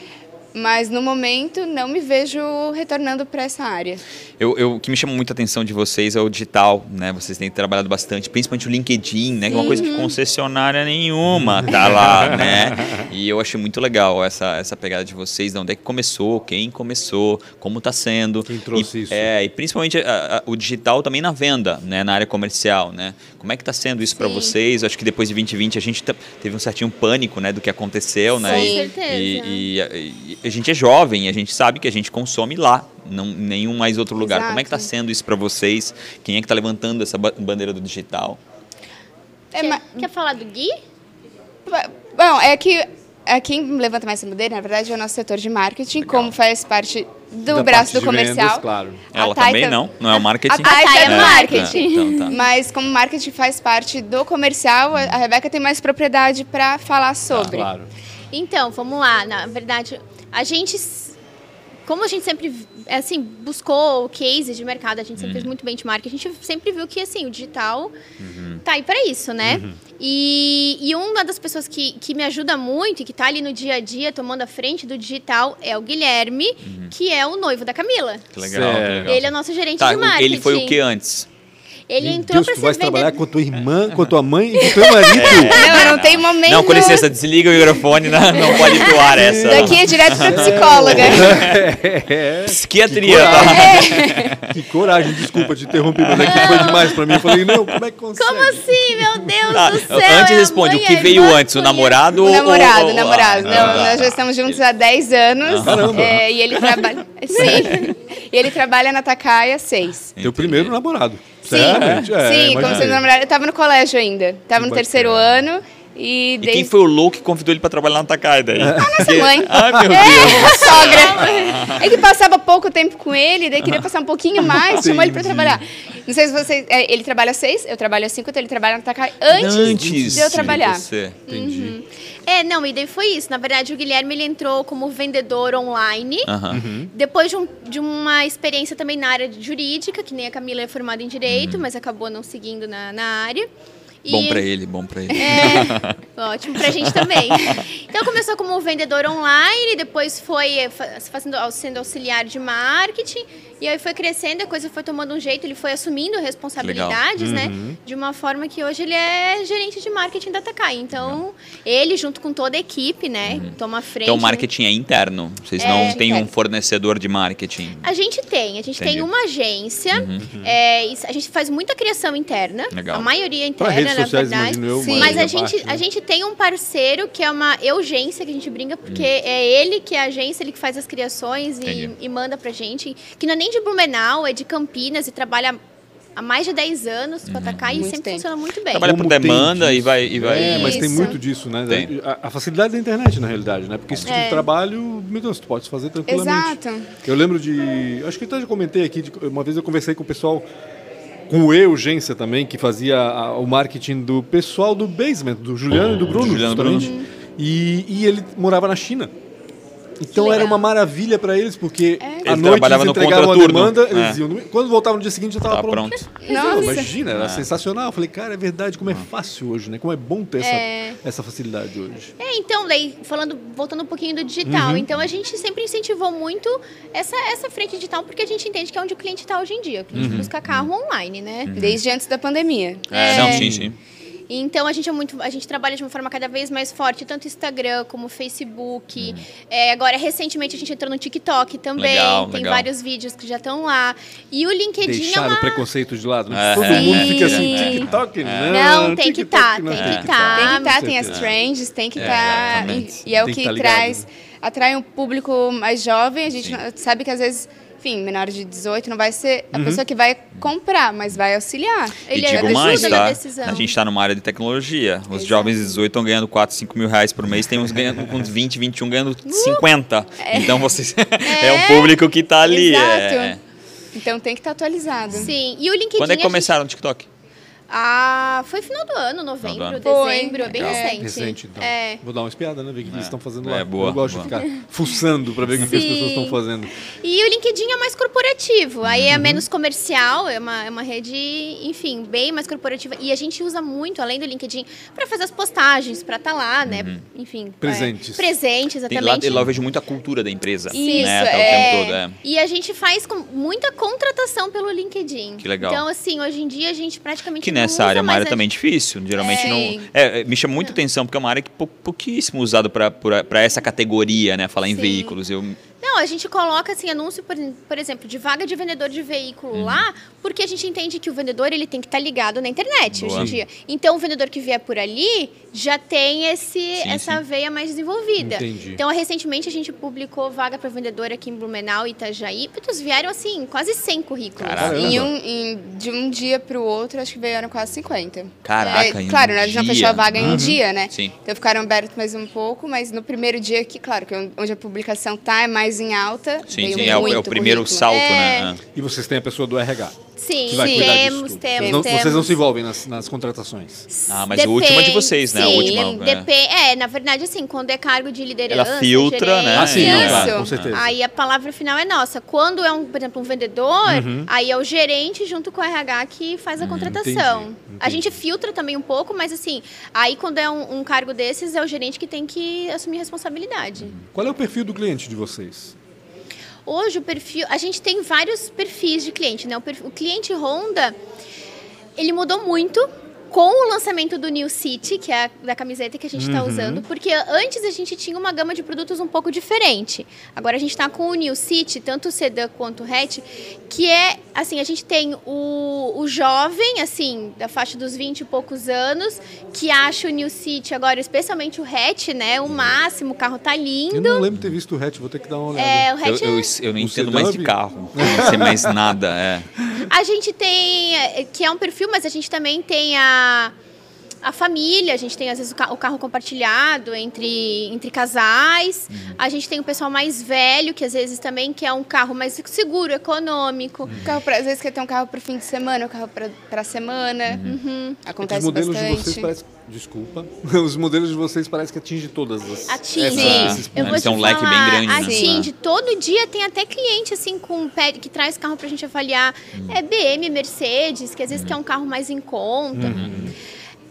[SPEAKER 4] mas no momento não me vejo retornando para essa área.
[SPEAKER 2] Eu, eu- o que me chama muita atenção de vocês é o digital, né? Vocês têm trabalhado bastante, principalmente o LinkedIn, né? Que é uma coisa que concessionária nenhuma tá lá, né? E eu achei muito legal essa, essa pegada de vocês, de onde é que começou, quem começou, como tá sendo.
[SPEAKER 1] Quem trouxe
[SPEAKER 2] E-
[SPEAKER 1] isso.
[SPEAKER 2] É, e principalmente a- a- o digital também na venda, né? Na área comercial, né? Como é que tá sendo isso para
[SPEAKER 3] Sim.
[SPEAKER 2] vocês? Acho que depois de 2020 a gente tá- teve um certinho pânico, né? Do que aconteceu, né?
[SPEAKER 3] Com
[SPEAKER 2] E-
[SPEAKER 3] certeza.
[SPEAKER 2] E, e a- e a gente é jovem, a gente sabe que a gente consome lá, não em nenhum mais outro lugar. Como é que tá
[SPEAKER 4] Exato.
[SPEAKER 2] sendo isso para vocês? Quem é que tá levantando essa ba- bandeira do digital?
[SPEAKER 4] É,
[SPEAKER 3] quer,
[SPEAKER 4] ma-
[SPEAKER 3] quer falar do Gui?
[SPEAKER 4] Bom, é que é quem levanta mais essa bandeira, na verdade, é o nosso setor de marketing,
[SPEAKER 2] Legal.
[SPEAKER 4] como faz parte do
[SPEAKER 1] Da parte
[SPEAKER 4] braço do
[SPEAKER 1] de vendas,
[SPEAKER 4] comercial.
[SPEAKER 1] claro.
[SPEAKER 4] A
[SPEAKER 2] Ela
[SPEAKER 4] Thay
[SPEAKER 2] também
[SPEAKER 4] tam-
[SPEAKER 2] não, não é o marketing.
[SPEAKER 4] A Thay
[SPEAKER 3] tá
[SPEAKER 4] é do
[SPEAKER 3] no
[SPEAKER 2] Né?
[SPEAKER 4] marketing.
[SPEAKER 2] Tá, então tá.
[SPEAKER 4] Mas como marketing faz parte do comercial, a a Rebeca tem mais propriedade para falar sobre.
[SPEAKER 1] Claro.
[SPEAKER 3] Então, vamos lá. Na verdade, a gente. s- Como a gente sempre, assim, buscou o case de mercado, a gente sempre fez
[SPEAKER 2] Uhum.
[SPEAKER 3] muito benchmark, a gente sempre viu que, assim, o digital
[SPEAKER 2] Uhum.
[SPEAKER 3] tá aí para isso, né? E, e uma das pessoas que, que me ajuda muito e que tá ali no dia a dia, tomando a frente do digital, é o Guilherme, que é o noivo da Camila.
[SPEAKER 2] Uhum. Que legal, que
[SPEAKER 1] Certo.
[SPEAKER 2] legal.
[SPEAKER 3] Ele é o nosso gerente
[SPEAKER 2] Tá,
[SPEAKER 3] de
[SPEAKER 2] o-
[SPEAKER 3] marketing.
[SPEAKER 2] ele foi o que antes?
[SPEAKER 3] Ele
[SPEAKER 1] Meu
[SPEAKER 3] entrou
[SPEAKER 1] Deus,
[SPEAKER 3] para
[SPEAKER 1] tu vais
[SPEAKER 3] ser
[SPEAKER 1] trabalhar
[SPEAKER 3] vendedor.
[SPEAKER 1] com a tua irmã, com a tua mãe e com o teu marido.
[SPEAKER 4] Não, não tem momento.
[SPEAKER 2] Não, com licença, desliga o microfone, não, não pode doar essa.
[SPEAKER 4] Daqui é direto para psicóloga.
[SPEAKER 2] É. Psiquiatria, tá?
[SPEAKER 1] Que coragem, desculpa te interromper, mas é que foi demais pra mim. Eu falei, não, como é que consegue?
[SPEAKER 3] Como assim, meu Deus
[SPEAKER 2] Tá,
[SPEAKER 3] do céu?
[SPEAKER 2] Antes
[SPEAKER 3] é a
[SPEAKER 2] responde, o
[SPEAKER 3] mãe,
[SPEAKER 2] que
[SPEAKER 3] a
[SPEAKER 2] veio
[SPEAKER 3] irmã,
[SPEAKER 2] antes, o
[SPEAKER 3] foi ele.
[SPEAKER 2] namorado
[SPEAKER 4] O
[SPEAKER 2] ou...
[SPEAKER 4] namorado,
[SPEAKER 2] ou-
[SPEAKER 4] o namorado.
[SPEAKER 2] Ah,
[SPEAKER 4] Não,
[SPEAKER 2] tá,
[SPEAKER 4] nós já
[SPEAKER 2] tá.
[SPEAKER 4] estamos juntos há 10 anos.
[SPEAKER 1] Caramba.
[SPEAKER 4] É, e ele trabalha. Sim. E ele trabalha na Takaya há 6.
[SPEAKER 1] Teu primeiro namorado.
[SPEAKER 4] Sim,
[SPEAKER 1] Sinceramente, é,
[SPEAKER 4] sim,
[SPEAKER 1] imaginei.
[SPEAKER 4] como sendo namorado. Eu tava no colégio ainda. Tava no
[SPEAKER 1] Que
[SPEAKER 4] terceiro
[SPEAKER 1] bacana.
[SPEAKER 4] ano. E,
[SPEAKER 2] E quem
[SPEAKER 4] desde
[SPEAKER 2] foi o louco que convidou ele pra trabalhar na Takai daí? Ah,
[SPEAKER 4] nossa Tá mãe.
[SPEAKER 2] Ai, meu
[SPEAKER 4] É,
[SPEAKER 2] Deus.
[SPEAKER 4] a sogra. É que passava pouco tempo com ele, daí queria passar um pouquinho mais, chamou ele pra
[SPEAKER 1] Entendi.
[SPEAKER 4] trabalhar. Não sei se vocês. é, ele trabalha às seis, eu trabalho às cinco, então ele trabalha na Takai antes, de eu trabalhar.
[SPEAKER 2] você.
[SPEAKER 1] Entendi.
[SPEAKER 3] É, não, e daí foi isso. Na verdade, o Guilherme ele entrou como vendedor online.
[SPEAKER 2] Aham.
[SPEAKER 3] Depois de, um- de uma experiência também na área de jurídica, que nem a Camila é formada em direito, mas acabou não seguindo na, na área. E-
[SPEAKER 2] Uhum. Bom pra ele, bom pra ele. Então,
[SPEAKER 3] É, ótimo pra gente também. Então começou como vendedor online, depois foi eh, fa- fazendo, au- sendo auxiliar de marketing, e aí foi crescendo, a coisa foi tomando um jeito, ele foi assumindo responsabilidades, né?
[SPEAKER 2] Uhum.
[SPEAKER 3] De uma forma que hoje ele é gerente de marketing da Takai. Então, ele junto com toda a equipe, né, toma a frente.
[SPEAKER 2] Então o marketing é interno. Vocês não têm um
[SPEAKER 4] interno.
[SPEAKER 2] fornecedor de marketing.
[SPEAKER 3] A gente tem, a gente
[SPEAKER 2] Entendi. Uhum,
[SPEAKER 3] tem uma agência, é, isso- a gente faz muita criação interna,
[SPEAKER 2] Legal.
[SPEAKER 3] a maioria
[SPEAKER 1] Pra
[SPEAKER 3] interna,
[SPEAKER 1] redes
[SPEAKER 3] na
[SPEAKER 1] sociais,
[SPEAKER 3] verdade.
[SPEAKER 1] imagino eu.
[SPEAKER 4] Sim.
[SPEAKER 1] uma
[SPEAKER 3] Mas a
[SPEAKER 1] grande
[SPEAKER 3] gente,
[SPEAKER 1] parte, né?
[SPEAKER 3] a gente tem um parceiro que é uma urgência que a gente brinca, porque é ele que é a agência, ele que faz as criações e,
[SPEAKER 2] Hum. Entendi.
[SPEAKER 3] e manda pra gente. Que não é nem de Blumenau, é de Campinas e trabalha há mais de 10 anos com a Takai e
[SPEAKER 4] Muito
[SPEAKER 3] sempre
[SPEAKER 4] tempo.
[SPEAKER 3] funciona muito bem.
[SPEAKER 2] Uhum, Trabalha por
[SPEAKER 1] Como tem
[SPEAKER 2] demanda e
[SPEAKER 1] disso?
[SPEAKER 2] vai. E vai...
[SPEAKER 1] É, mas tem
[SPEAKER 4] Isso.
[SPEAKER 1] muito disso, né?
[SPEAKER 2] Tem.
[SPEAKER 1] A, a facilidade da internet, na realidade, né? Porque esse tipo de
[SPEAKER 3] É.
[SPEAKER 1] trabalho, meu Deus, tu pode fazer tranquilamente.
[SPEAKER 4] Exato.
[SPEAKER 1] Eu lembro de. Acho que até já comentei aqui, de- uma vez eu conversei com o pessoal, com o Eugência também, que fazia a- o marketing do pessoal do basement, do Juliano e do Bruno,
[SPEAKER 2] Juliano e
[SPEAKER 1] justamente. E, e ele morava na China. Então
[SPEAKER 3] Que
[SPEAKER 1] era
[SPEAKER 3] legal.
[SPEAKER 1] uma maravilha para eles, porque à
[SPEAKER 2] Ele
[SPEAKER 1] noite
[SPEAKER 2] trabalhava
[SPEAKER 1] eles
[SPEAKER 2] no
[SPEAKER 1] entregavam a
[SPEAKER 2] contraturno.
[SPEAKER 1] demanda,
[SPEAKER 2] É.
[SPEAKER 1] eles iam no- quando voltavam no dia seguinte já estava
[SPEAKER 2] Tá
[SPEAKER 1] pronto.
[SPEAKER 2] pronto.
[SPEAKER 1] Não,
[SPEAKER 4] Nossa.
[SPEAKER 1] imagina, era sensacional. Eu falei, cara, é verdade, como é fácil hoje, né? Como é bom ter essa, essa facilidade hoje.
[SPEAKER 3] É, então, daí, falando, voltando um pouquinho do
[SPEAKER 2] Uhum.
[SPEAKER 3] digital, então a gente sempre incentivou muito essa, essa frente digital, porque a gente entende que é onde o cliente está hoje em dia. O
[SPEAKER 2] Uhum.
[SPEAKER 3] cliente busca carro online, né?
[SPEAKER 4] Desde antes da pandemia.
[SPEAKER 2] É, não, sim, sim.
[SPEAKER 3] Então a gente é muito, a gente trabalha de uma forma cada vez mais forte, tanto Instagram como Facebook. É, agora recentemente a gente entrou no TikTok
[SPEAKER 2] Uhum.
[SPEAKER 3] também,
[SPEAKER 2] Legal,
[SPEAKER 3] tem
[SPEAKER 2] legal.
[SPEAKER 3] vários vídeos que já estão lá. E o LinkedIn é
[SPEAKER 1] Deixar o
[SPEAKER 3] uma
[SPEAKER 1] preconceito de lado. né?
[SPEAKER 2] É,
[SPEAKER 1] Todo
[SPEAKER 2] é,
[SPEAKER 1] mundo
[SPEAKER 2] é,
[SPEAKER 1] fica assim,
[SPEAKER 3] é.
[SPEAKER 1] TikTok, né?
[SPEAKER 3] Não, tem que tá, tem que
[SPEAKER 1] não,
[SPEAKER 3] tá.
[SPEAKER 4] Tem que
[SPEAKER 1] Com
[SPEAKER 4] estar, tem as
[SPEAKER 1] certeza.
[SPEAKER 4] trends, tem que
[SPEAKER 2] Ah, É,
[SPEAKER 4] estar.
[SPEAKER 2] exatamente.
[SPEAKER 4] e, e é o
[SPEAKER 1] Tem que
[SPEAKER 4] que
[SPEAKER 1] tá ligado,
[SPEAKER 4] traz.
[SPEAKER 1] né?
[SPEAKER 4] atrai um público mais jovem. A gente não- sabe que às vezes, enfim, menor de 18 não vai ser a pessoa que vai comprar, mas vai auxiliar. né?
[SPEAKER 3] Ele
[SPEAKER 2] Uhum. e digo
[SPEAKER 3] ajuda
[SPEAKER 2] mais,
[SPEAKER 3] na
[SPEAKER 2] tá?
[SPEAKER 3] decisão.
[SPEAKER 2] A gente está numa área de tecnologia. Os jovens de 18 estão ganhando 4, 5 mil reais por mês, tem uns ganhando com uns 20, 21 ganhando 50. Então vocês. É. um público que tá ali.
[SPEAKER 4] Exato.
[SPEAKER 2] é.
[SPEAKER 4] Então tem que estar atualizado.
[SPEAKER 3] Sim, e o LinkedIn...
[SPEAKER 2] Quando é que
[SPEAKER 3] a gente-
[SPEAKER 2] começaram o TikTok?
[SPEAKER 3] Ah, foi final do ano, novembro,
[SPEAKER 2] Final
[SPEAKER 4] do ano.
[SPEAKER 3] dezembro,
[SPEAKER 4] Foi.
[SPEAKER 3] é bem
[SPEAKER 4] Legal.
[SPEAKER 3] recente.
[SPEAKER 1] Recente, então.
[SPEAKER 3] É.
[SPEAKER 1] Vou dar uma espiada, né? Ver o que eles estão fazendo
[SPEAKER 2] É,
[SPEAKER 1] lá.
[SPEAKER 2] boa,
[SPEAKER 1] Eu gosto de
[SPEAKER 2] boa.
[SPEAKER 1] ficar fuçando pra ver o que que as
[SPEAKER 3] Sim.
[SPEAKER 1] pessoas estão fazendo.
[SPEAKER 3] E o LinkedIn é mais corporativo, aí
[SPEAKER 2] Uhum.
[SPEAKER 3] é menos comercial, é uma, é uma rede, enfim, bem mais corporativa. E a gente usa muito, além do LinkedIn, para fazer as postagens, para estar lá, né? Enfim.
[SPEAKER 1] Presentes.
[SPEAKER 3] É, presentes,
[SPEAKER 2] Uhum. Tem lá,
[SPEAKER 3] exatamente.
[SPEAKER 2] lá eu vejo muito a cultura da empresa.
[SPEAKER 4] Isso,
[SPEAKER 2] né? Tá o
[SPEAKER 4] é.
[SPEAKER 2] tempo todo. É.
[SPEAKER 3] E a gente faz com muita contratação pelo LinkedIn.
[SPEAKER 2] Que legal.
[SPEAKER 3] Então, assim, hoje em dia a gente praticamente
[SPEAKER 2] Que
[SPEAKER 3] não
[SPEAKER 2] nessa
[SPEAKER 3] usa
[SPEAKER 2] área é uma
[SPEAKER 3] mais
[SPEAKER 2] área
[SPEAKER 3] a-
[SPEAKER 2] também difícil. Geralmente
[SPEAKER 4] É.
[SPEAKER 2] não. é, é, me chama muita atenção, porque é uma área que pou, pouquíssimo usada para essa categoria, né? Falar em
[SPEAKER 3] Sim.
[SPEAKER 2] veículos. Eu,
[SPEAKER 3] Não, a gente coloca assim anúncio, por, por exemplo, de vaga de vendedor de veículo
[SPEAKER 2] Uhum.
[SPEAKER 3] lá, porque a gente entende que o vendedor ele tem que estar ligado na internet hoje
[SPEAKER 2] Boa.
[SPEAKER 3] em dia. Então o vendedor que vier por ali já tem esse
[SPEAKER 2] Sim,
[SPEAKER 3] essa
[SPEAKER 2] sim.
[SPEAKER 3] veia mais desenvolvida.
[SPEAKER 1] Entendi.
[SPEAKER 3] Então recentemente a gente publicou vaga para vendedor aqui em Blumenau e Itajaí. Putz, vieram assim quase 100 currículos.
[SPEAKER 2] Caraca.
[SPEAKER 4] Em um, em- de um dia para o outro, acho que vieram quase 50.
[SPEAKER 2] caraca,
[SPEAKER 4] É,
[SPEAKER 2] em um
[SPEAKER 4] claro, né, eles não
[SPEAKER 2] dia. Uhum.
[SPEAKER 4] fechou a vaga em um dia, né?
[SPEAKER 2] Sim.
[SPEAKER 4] Então ficaram abertos mais um pouco, mas no primeiro dia que, claro, que é onde a publicação tá é mais em alta.
[SPEAKER 2] Sim,
[SPEAKER 4] veio
[SPEAKER 2] sim, é o, é o
[SPEAKER 4] um muito
[SPEAKER 2] primeiro
[SPEAKER 4] currículo.
[SPEAKER 2] salto,
[SPEAKER 3] É.
[SPEAKER 2] né?
[SPEAKER 1] E vocês têm a pessoa do RH,
[SPEAKER 3] Sim,
[SPEAKER 1] que vai cuidar disso
[SPEAKER 3] temos,
[SPEAKER 1] tudo.
[SPEAKER 3] temos,
[SPEAKER 1] vocês, não,
[SPEAKER 3] temos.
[SPEAKER 1] vocês não se envolvem nas, nas contratações.
[SPEAKER 2] Ah, mas o último é de vocês, né? O
[SPEAKER 3] Sim,
[SPEAKER 2] último, é.
[SPEAKER 3] depe- é. na verdade, assim, quando é cargo de liderança.
[SPEAKER 2] filtra, né?
[SPEAKER 1] Ah, sim, não,
[SPEAKER 4] Isso.
[SPEAKER 1] claro, com certeza.
[SPEAKER 3] Aí a palavra final é nossa. Quando é, um, por exemplo, um vendedor,
[SPEAKER 1] Uhum.
[SPEAKER 3] aí é o gerente junto com o RH que faz a contratação.
[SPEAKER 1] entendi, entendi.
[SPEAKER 3] A gente filtra também um pouco, mas assim, aí quando é um, um cargo desses, é o gerente que tem que assumir responsabilidade.
[SPEAKER 1] Qual é o perfil do cliente de vocês?
[SPEAKER 3] Hoje o perfil, a gente tem vários perfis de cliente, né? O, perfil- o cliente Honda, ele mudou muito com o lançamento do New City, que é a da camiseta que a gente
[SPEAKER 1] Uhum.
[SPEAKER 3] está usando, porque antes a gente tinha uma gama de produtos um pouco diferente. Agora a gente está com o New City, tanto o sedã quanto o hatch, que é, assim, a gente tem o, o jovem, assim, da faixa dos 20 e poucos anos, que acha o New City agora, especialmente o hatch, né? O máximo, o carro tá
[SPEAKER 1] Eu
[SPEAKER 3] lindo.
[SPEAKER 1] não lembro de ter visto o hatch, vou ter que dar uma olhada.
[SPEAKER 3] É, o
[SPEAKER 2] Eu,
[SPEAKER 3] hatch é-
[SPEAKER 2] eu, eu não
[SPEAKER 1] O
[SPEAKER 2] entendo
[SPEAKER 1] sedã,
[SPEAKER 2] mais de
[SPEAKER 1] Bia?
[SPEAKER 2] carro. Não sei mais nada, é.
[SPEAKER 3] A gente tem, eh, que é um perfil, mas a gente também tem a, a família, a gente tem às vezes o, ca- o carro compartilhado entre, entre casais, a gente tem o pessoal mais velho, que às vezes também quer um carro mais seguro, econômico.
[SPEAKER 4] O Carro pra, às vezes quer ter um carro para fim de semana, um carro para semana.
[SPEAKER 2] Uhum.
[SPEAKER 4] Uhum.
[SPEAKER 1] É que
[SPEAKER 4] Acontece
[SPEAKER 1] os modelos
[SPEAKER 4] bastante.
[SPEAKER 1] de vocês parece... Desculpa. Os modelos de vocês parece que atinge todas as...
[SPEAKER 3] Atinge.
[SPEAKER 1] essas- esses pontos.
[SPEAKER 3] Eu vou
[SPEAKER 2] Eles
[SPEAKER 3] te
[SPEAKER 2] têm um leque bem
[SPEAKER 3] falar,
[SPEAKER 2] grande, né?
[SPEAKER 3] Atinge. Todo dia tem até cliente, assim, com pé- que traz carro pra gente avaliar.
[SPEAKER 2] Hum.
[SPEAKER 3] É BM, Mercedes, que às
[SPEAKER 2] Uhum.
[SPEAKER 3] vezes quer um carro mais em conta.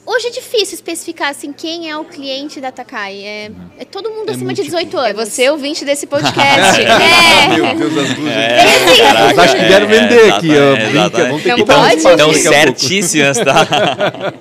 [SPEAKER 3] Hoje é difícil especificar, assim, quem é o cliente da Takai. É,
[SPEAKER 2] Uhum.
[SPEAKER 3] é todo mundo
[SPEAKER 1] É
[SPEAKER 3] acima de
[SPEAKER 1] múltiplo.
[SPEAKER 3] 18 anos.
[SPEAKER 4] É você ouvinte desse podcast.
[SPEAKER 1] Ah,
[SPEAKER 4] é.
[SPEAKER 1] Meu Deus, as duas...
[SPEAKER 2] É, Caraca,
[SPEAKER 1] Elas acham que vieram vender aqui, ó.
[SPEAKER 2] exatamente,
[SPEAKER 1] Brinca,
[SPEAKER 2] exatamente.
[SPEAKER 1] vão ter que
[SPEAKER 4] Não
[SPEAKER 1] dar um
[SPEAKER 4] pode?
[SPEAKER 1] espaço
[SPEAKER 2] Então,
[SPEAKER 1] daqui a pouco.
[SPEAKER 2] certíssimas, tá?
[SPEAKER 1] Tá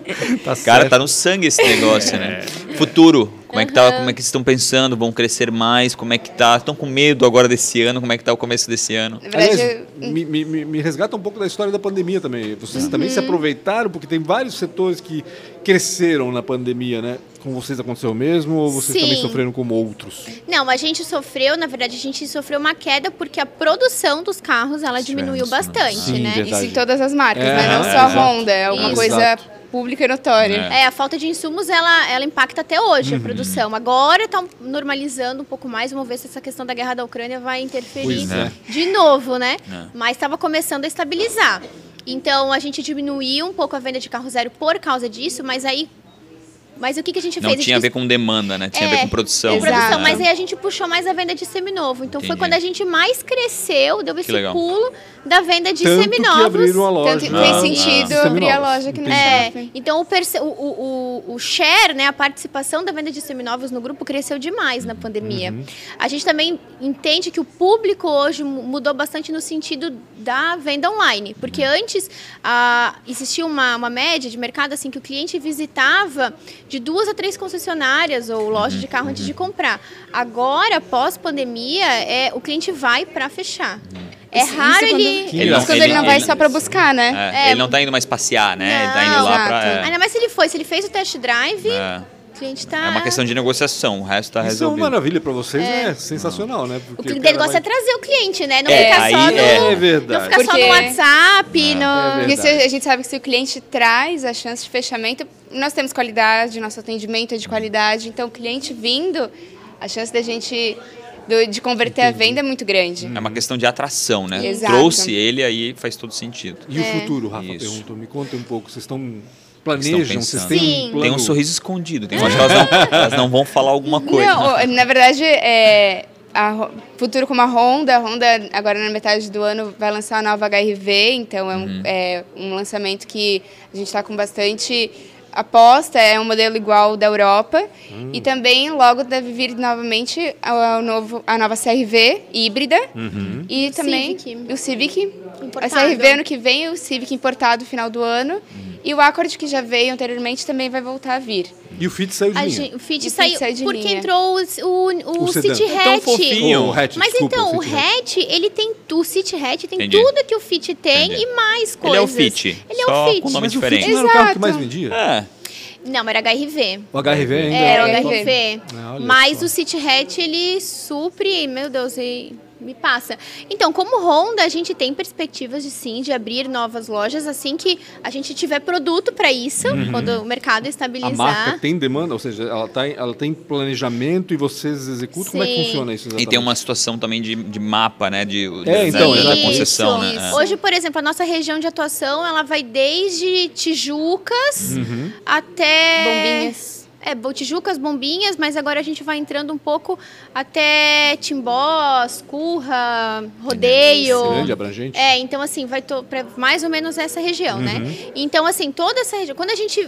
[SPEAKER 2] Cara,
[SPEAKER 1] certo.
[SPEAKER 2] tá no sangue esse negócio, né? Futuro, como é que tá? Como é que vocês estão pensando? Vão crescer mais? Como é que tá? Estão com medo agora desse ano? Como é que tá o começo desse ano?
[SPEAKER 4] Na
[SPEAKER 1] Aliás,
[SPEAKER 4] verdade, é, eu-
[SPEAKER 1] me, me- me- me resgata um pouco da história da pandemia também. Vocês também
[SPEAKER 4] Uhum.
[SPEAKER 1] se aproveitaram, porque tem vários setores que cresceram na pandemia, né? Com vocês aconteceu o mesmo ou vocês também
[SPEAKER 3] Sim.
[SPEAKER 1] sofreram como outros?
[SPEAKER 3] Não, a gente sofreu, na verdade, a gente sofreu uma queda porque a produção dos carros, ela
[SPEAKER 2] Tivemos,
[SPEAKER 3] diminuiu
[SPEAKER 2] né?
[SPEAKER 3] bastante,
[SPEAKER 1] Sim,
[SPEAKER 3] né?
[SPEAKER 1] verdade.
[SPEAKER 4] isso em todas as marcas,
[SPEAKER 1] É,
[SPEAKER 4] né? Não
[SPEAKER 1] é,
[SPEAKER 4] só a
[SPEAKER 1] exato.
[SPEAKER 4] Honda, é uma
[SPEAKER 3] Isso.
[SPEAKER 4] coisa pública e notória.
[SPEAKER 3] É, a falta de insumos, ela, ela impacta até hoje
[SPEAKER 2] Uhum.
[SPEAKER 3] a produção. Agora está normalizando um pouco mais, vamos ver se essa questão da guerra da Ucrânia vai interferir
[SPEAKER 1] Pois é.
[SPEAKER 3] de novo, né?
[SPEAKER 2] É.
[SPEAKER 3] Mas estava começando a estabilizar. Então, a gente diminuiu um pouco a venda de carro zero por causa disso, mas aí... Mas o que, que a gente
[SPEAKER 2] Não
[SPEAKER 3] fez?
[SPEAKER 2] tinha a
[SPEAKER 3] a gente
[SPEAKER 2] ver com demanda, né? Tinha a ver
[SPEAKER 3] É,
[SPEAKER 2] com produção. É.
[SPEAKER 3] com produção,
[SPEAKER 4] Exato.
[SPEAKER 3] mas aí a gente puxou mais a venda de seminovo. Então, foi
[SPEAKER 2] Entendi.
[SPEAKER 3] quando a gente mais cresceu, deu esse
[SPEAKER 2] legal.
[SPEAKER 3] pulo da venda de
[SPEAKER 1] Tanto que
[SPEAKER 3] seminovos.
[SPEAKER 1] abriram a loja.
[SPEAKER 4] Tanto que
[SPEAKER 1] na-
[SPEAKER 4] fez
[SPEAKER 1] na-
[SPEAKER 4] sentido
[SPEAKER 1] na-
[SPEAKER 4] abrir a
[SPEAKER 1] seminovos.
[SPEAKER 4] loja aqui no
[SPEAKER 1] Entendi.
[SPEAKER 3] É,
[SPEAKER 4] shopping.
[SPEAKER 3] então o, perce- o- o- o- o share, né, a participação da venda de seminovos no grupo cresceu demais na pandemia. A gente também entende que o público hoje mu- mudou bastante no sentido da venda online, porque antes ah, existia uma, uma média de mercado assim que o cliente visitava de duas a três concessionárias ou lojas de carro antes de comprar. Agora, pós pandemia, é, o cliente vai para fechar. É
[SPEAKER 4] Isso- isso
[SPEAKER 3] raro
[SPEAKER 4] quando-
[SPEAKER 3] ele...
[SPEAKER 4] Isso
[SPEAKER 2] não-
[SPEAKER 4] quando ele, não
[SPEAKER 2] ele-
[SPEAKER 4] vai
[SPEAKER 2] ele-
[SPEAKER 4] só para buscar, né?
[SPEAKER 2] É, ele não tá indo mais passear, né? ele tá
[SPEAKER 3] é, Não,
[SPEAKER 2] indo lá
[SPEAKER 4] exato.
[SPEAKER 2] pra. é,
[SPEAKER 3] Ainda mais se ele foi, se ele fez o test drive,
[SPEAKER 2] é.
[SPEAKER 3] cliente tá está.
[SPEAKER 2] É uma questão de negociação, o resto está
[SPEAKER 1] Isso é uma
[SPEAKER 2] tá resolvido.
[SPEAKER 1] maravilha para vocês, né? Sensacional, né? Porque
[SPEAKER 3] É. O que o
[SPEAKER 1] cara
[SPEAKER 3] negócio
[SPEAKER 1] vai-
[SPEAKER 3] é trazer o cliente, né? Não
[SPEAKER 2] É,
[SPEAKER 3] ficar
[SPEAKER 2] aí
[SPEAKER 3] só no.
[SPEAKER 2] é.
[SPEAKER 1] É
[SPEAKER 3] Não
[SPEAKER 1] verdade.
[SPEAKER 3] ficar só no
[SPEAKER 4] Porque-
[SPEAKER 3] WhatsApp,
[SPEAKER 1] É
[SPEAKER 3] no.
[SPEAKER 1] verdade.
[SPEAKER 4] Porque se- a gente sabe que se o cliente traz a chance de fechamento, nós temos qualidade, nosso atendimento é de qualidade. Então, o cliente vindo, a chance da gente do- de converter a venda é muito grande.
[SPEAKER 2] É uma questão de atração, né?
[SPEAKER 4] Exato.
[SPEAKER 2] Trouxe ele aí faz todo sentido.
[SPEAKER 1] E
[SPEAKER 3] é.
[SPEAKER 1] o futuro, Rafa
[SPEAKER 2] Isso.
[SPEAKER 1] perguntou. Me conta um pouco. Vocês estão
[SPEAKER 2] Estão
[SPEAKER 1] planejam?
[SPEAKER 2] pensando.
[SPEAKER 1] Vocês têm
[SPEAKER 3] Sim.
[SPEAKER 1] um plano?
[SPEAKER 2] Tem um sorriso escondido, tem eu acho que elas não, elas não vão falar alguma coisa. né?
[SPEAKER 4] Não, na verdade, é, a Ro- futuro como a Honda, a Honda agora na metade do ano vai lançar a nova HRV, então é um, é um lançamento que a gente está com bastante aposta, é um modelo igual ao da Europa e também logo deve vir novamente a, a novo, a nova CRV híbrida
[SPEAKER 1] Hum. Uhum.
[SPEAKER 2] Uhum.
[SPEAKER 4] e também
[SPEAKER 3] Civic.
[SPEAKER 4] o Civic,
[SPEAKER 3] Importado.
[SPEAKER 4] a CRV ano que vem, o Civic importado no final do ano e o Accord que já veio anteriormente também vai voltar a vir.
[SPEAKER 1] E o feed saiu de
[SPEAKER 3] A
[SPEAKER 1] linha.
[SPEAKER 3] gente- o Fit
[SPEAKER 4] Fit
[SPEAKER 3] saiu
[SPEAKER 4] sai de
[SPEAKER 3] porque
[SPEAKER 4] linha.
[SPEAKER 3] entrou o, o, o,
[SPEAKER 1] O sedã.
[SPEAKER 3] City
[SPEAKER 1] É
[SPEAKER 2] tão
[SPEAKER 3] Hatch.
[SPEAKER 2] Então, fofinho.
[SPEAKER 1] O hatch,
[SPEAKER 3] Mas
[SPEAKER 1] desculpa,
[SPEAKER 3] então, o
[SPEAKER 1] City Hatch.
[SPEAKER 3] Hatch, ele tem. O City Hatch tem
[SPEAKER 2] Entendi.
[SPEAKER 3] tudo que o Fit tem
[SPEAKER 2] Entendi.
[SPEAKER 3] e mais
[SPEAKER 2] Ele
[SPEAKER 3] coisas.
[SPEAKER 2] é o Fit.
[SPEAKER 3] Ele é
[SPEAKER 2] só
[SPEAKER 3] o Fit.
[SPEAKER 2] com nome
[SPEAKER 1] Mas o feed
[SPEAKER 2] diferente.
[SPEAKER 1] não era o carro que
[SPEAKER 4] Exato.
[SPEAKER 1] mais vendia?
[SPEAKER 2] É.
[SPEAKER 3] Não, era HRV.
[SPEAKER 1] O HRV ainda
[SPEAKER 3] Era É, o
[SPEAKER 4] olha só.
[SPEAKER 3] HRV.
[SPEAKER 1] Ah, olha
[SPEAKER 3] Mas
[SPEAKER 1] só.
[SPEAKER 3] o City Hatch, ele supre, meu Deus, e me passa. Então, como Honda, a gente tem perspectivas de sim, de abrir novas lojas assim que a gente tiver produto para isso, quando o mercado
[SPEAKER 1] Uhum. A
[SPEAKER 3] estabilizar.
[SPEAKER 1] marca é tem demanda? Ou seja, ela, tá, em- ela tem planejamento e vocês executam? Como é que
[SPEAKER 3] Sim.
[SPEAKER 1] funciona isso exatamente?
[SPEAKER 2] E tem uma situação também de, de mapa, né? De,
[SPEAKER 1] É,
[SPEAKER 2] da-
[SPEAKER 1] então,
[SPEAKER 2] da, da
[SPEAKER 1] exatamente.
[SPEAKER 2] concessão, né?
[SPEAKER 3] Isso, isso. Hoje, por exemplo, a nossa região de atuação, ela vai desde Tijucas
[SPEAKER 1] Uhum.
[SPEAKER 3] até...
[SPEAKER 4] Bombinhas.
[SPEAKER 3] É, bo- Tijucas, Bombinhas, mas agora a gente vai entrando um pouco até Timbós, Curra, Rodeio.
[SPEAKER 1] Uhum. Grande, abrangente?
[SPEAKER 3] É, então assim, vai to- pra mais ou menos essa região, né?
[SPEAKER 2] Uhum.
[SPEAKER 3] Então assim, toda essa região, quando a gente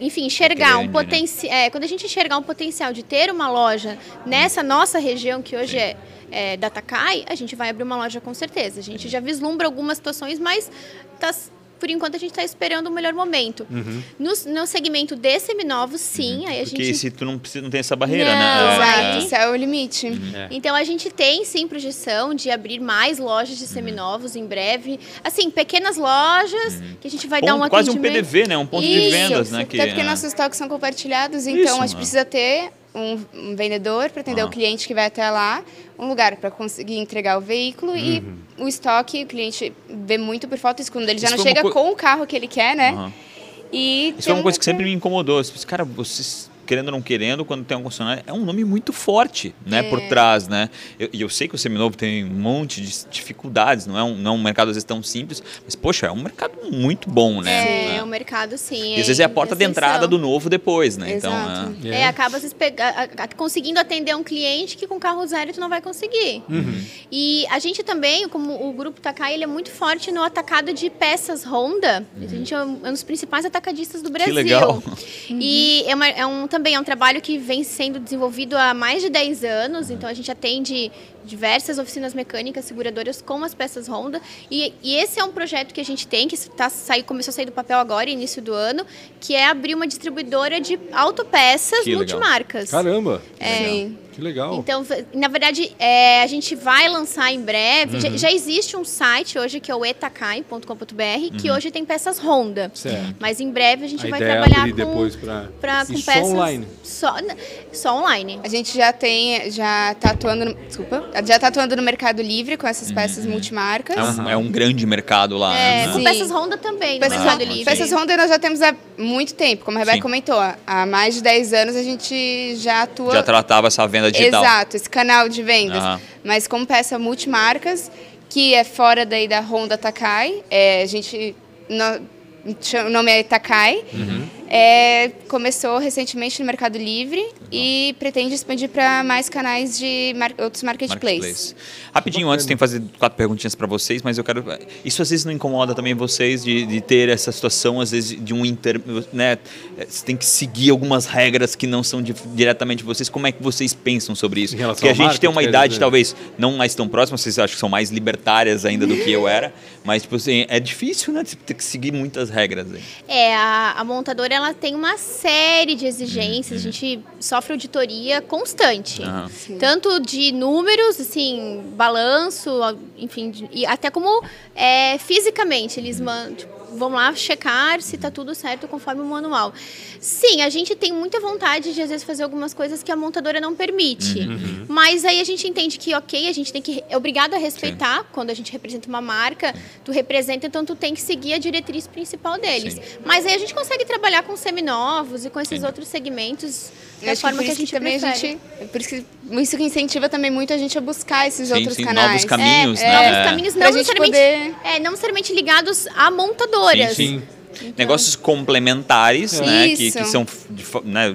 [SPEAKER 3] enfim, enxergar
[SPEAKER 2] grande,
[SPEAKER 3] um
[SPEAKER 2] né?
[SPEAKER 3] potencial, quando a gente enxergar um potencial de ter uma loja nessa nossa região que hoje é, é Datakai, a gente vai abrir uma loja com certeza. A gente já vislumbra algumas situações, mas tá- por enquanto a gente está esperando o melhor momento.
[SPEAKER 1] Uhum.
[SPEAKER 3] No, no segmento de seminovos, sim, aí a
[SPEAKER 2] Uhum. Porque
[SPEAKER 3] gente
[SPEAKER 2] se tu não, precisa, É. não tem essa barreira,
[SPEAKER 3] Não,
[SPEAKER 2] né?
[SPEAKER 4] Exato,
[SPEAKER 3] é.
[SPEAKER 4] isso é o limite.
[SPEAKER 3] Então a gente tem sim projeção de abrir mais lojas
[SPEAKER 2] Uhum.
[SPEAKER 3] de seminovos em breve. Assim, pequenas lojas que a gente vai dar um
[SPEAKER 2] Ponto- Uhum. quase um
[SPEAKER 3] atendimento.
[SPEAKER 2] PDV, né? Um ponto de
[SPEAKER 4] Isso,
[SPEAKER 2] vendas, né? Que,
[SPEAKER 4] Até porque
[SPEAKER 2] é.
[SPEAKER 4] nossos estoques são compartilhados, então
[SPEAKER 2] Isso,
[SPEAKER 4] a gente
[SPEAKER 2] né?
[SPEAKER 4] precisa ter um, um vendedor para atender
[SPEAKER 2] Ah.
[SPEAKER 4] o cliente que vai até lá, um lugar para conseguir entregar o veículo e o estoque, o cliente vê muito por falta isso quando ele já
[SPEAKER 2] Uhum. Isso
[SPEAKER 4] não
[SPEAKER 2] foi uma
[SPEAKER 4] chega
[SPEAKER 2] co-
[SPEAKER 4] com o carro que ele quer, né?
[SPEAKER 2] Aham.
[SPEAKER 4] E
[SPEAKER 2] Isso é uma
[SPEAKER 4] tem-
[SPEAKER 2] coisa que sempre me incomodou. Esse Cara, vocês, querendo ou não querendo, quando tem um concessionário, é um nome muito forte, né?
[SPEAKER 3] É.
[SPEAKER 2] Por trás, né? Eu- E eu, sei que o Seminovo tem um monte de dificuldades, não é, um, não é um mercado às vezes tão simples, mas, poxa, é um mercado muito bom, né?
[SPEAKER 3] É, o mercado sim.
[SPEAKER 2] E às vezes é a porta de
[SPEAKER 3] ascensão.
[SPEAKER 2] entrada do novo depois, né?
[SPEAKER 4] Exato.
[SPEAKER 2] Então, é.
[SPEAKER 3] É, acaba às vezes, pega- a- a- conseguindo atender um cliente que com carro zero tu não vai conseguir.
[SPEAKER 2] Uhum.
[SPEAKER 3] E a gente também, como o grupo Takai, ele é muito forte no atacado de peças Honda. A gente é um é um dos principais atacadistas do Brasil.
[SPEAKER 2] Uhum. é, legal.
[SPEAKER 3] E é, uma- é um, também é um trabalho que vem sendo desenvolvido há mais de 10 anos, então a gente atende diversas oficinas mecânicas, seguradoras com as peças Honda. E, e esse é um projeto que a gente tem, que tá, saiu, começou a sair do papel agora, início do ano, que é abrir uma distribuidora de autopeças
[SPEAKER 2] Que legal.
[SPEAKER 1] Ah,
[SPEAKER 3] multimarcas.
[SPEAKER 1] Caramba!
[SPEAKER 2] né?
[SPEAKER 4] Sim.
[SPEAKER 1] Que legal.
[SPEAKER 3] É. Então, v- na verdade, é, a gente vai lançar em breve.
[SPEAKER 1] Uhum.
[SPEAKER 3] Já, já existe um site hoje que é o etakai.com.br, que hoje tem peças Honda.
[SPEAKER 1] Certo.
[SPEAKER 3] Mas em breve a gente
[SPEAKER 1] Uhum. A
[SPEAKER 3] vai
[SPEAKER 1] ideia é
[SPEAKER 3] trabalhar
[SPEAKER 1] abrir
[SPEAKER 3] com
[SPEAKER 1] depois para...
[SPEAKER 3] pra, com
[SPEAKER 1] e só
[SPEAKER 3] peças
[SPEAKER 1] online.
[SPEAKER 3] Só, só online.
[SPEAKER 4] A gente já tem, já tá atuando, no, desculpa, já tá atuando no Mercado Livre com essas peças multimarcas.
[SPEAKER 2] Uhum. É um, é um grande mercado lá.
[SPEAKER 3] É,
[SPEAKER 2] né?
[SPEAKER 3] com
[SPEAKER 4] Sim.
[SPEAKER 3] peças Honda também, no
[SPEAKER 4] Peças,
[SPEAKER 3] Mercado
[SPEAKER 4] Honda-
[SPEAKER 3] Livre.
[SPEAKER 4] peças Honda nós já temos há muito tempo, como a Rebeca
[SPEAKER 2] Sim.
[SPEAKER 4] comentou, há mais de 10 anos a gente já atua
[SPEAKER 2] Já tá tratava essa venda digital.
[SPEAKER 4] Exato, esse canal de vendas.
[SPEAKER 2] Aham.
[SPEAKER 4] Mas como peça multimarcas, que é fora daí da Honda Takai, é, a gente. no- chama- o nome é Takai.
[SPEAKER 2] Uhum.
[SPEAKER 4] É, começou recentemente no Mercado Livre e pretende expandir para mais canais de mar- outros marketplaces.
[SPEAKER 2] Marketplace. Rapidinho, antes tenho que fazer quatro perguntinhas para vocês, mas eu quero. Isso às vezes não incomoda também vocês de, de ter essa situação, às vezes, de um inter. Né, você tem que seguir algumas regras que não são de- diretamente de vocês. Como é que vocês pensam sobre isso?
[SPEAKER 1] Em relação
[SPEAKER 2] Porque a
[SPEAKER 1] ao
[SPEAKER 2] gente tem
[SPEAKER 1] marketing,
[SPEAKER 2] uma
[SPEAKER 1] quer
[SPEAKER 2] idade,
[SPEAKER 1] dizer?
[SPEAKER 2] talvez, não mais tão próxima, vocês acham que são mais libertárias ainda do que eu era, mas, tipo assim, é difícil, né? Ter que seguir muitas regras. Aí.
[SPEAKER 3] É, a, a montadora ela tem uma série de exigências, a gente sofre auditoria constante.
[SPEAKER 2] Aham.
[SPEAKER 3] Tanto de números, assim, balanço, a- enfim, de- e até como é, fisicamente eles man- tipo, vão lá checar se está tudo certo conforme o manual. Sim, a gente tem muita vontade de às vezes fazer algumas coisas que a montadora não permite. Mas aí a gente entende que, ok, a gente tem que é obrigado a respeitar quando a gente representa uma marca, tu representa, então tu tem que seguir a diretriz principal deles.
[SPEAKER 2] Sim.
[SPEAKER 3] Mas aí a gente consegue trabalhar com seminovos e com esses outros segmentos
[SPEAKER 4] Eu
[SPEAKER 3] da
[SPEAKER 4] acho que
[SPEAKER 3] forma
[SPEAKER 4] por
[SPEAKER 3] que, É a
[SPEAKER 4] isso que
[SPEAKER 3] gente
[SPEAKER 4] também
[SPEAKER 3] prefere.
[SPEAKER 4] a gente. Por isso que, isso que incentiva também muito a gente a buscar esses
[SPEAKER 2] Sim,
[SPEAKER 4] outros
[SPEAKER 2] sim,
[SPEAKER 4] canais.
[SPEAKER 2] novos caminhos, né?
[SPEAKER 3] Novos
[SPEAKER 2] É.
[SPEAKER 3] caminhos não
[SPEAKER 4] Pra gente
[SPEAKER 3] necessariamente,
[SPEAKER 4] poder.
[SPEAKER 3] é, não necessariamente ligados a montadoras.
[SPEAKER 1] Sim.
[SPEAKER 2] Negócios complementares,
[SPEAKER 4] É.
[SPEAKER 2] né? Que,
[SPEAKER 4] Isso.
[SPEAKER 2] que são, de fa- né,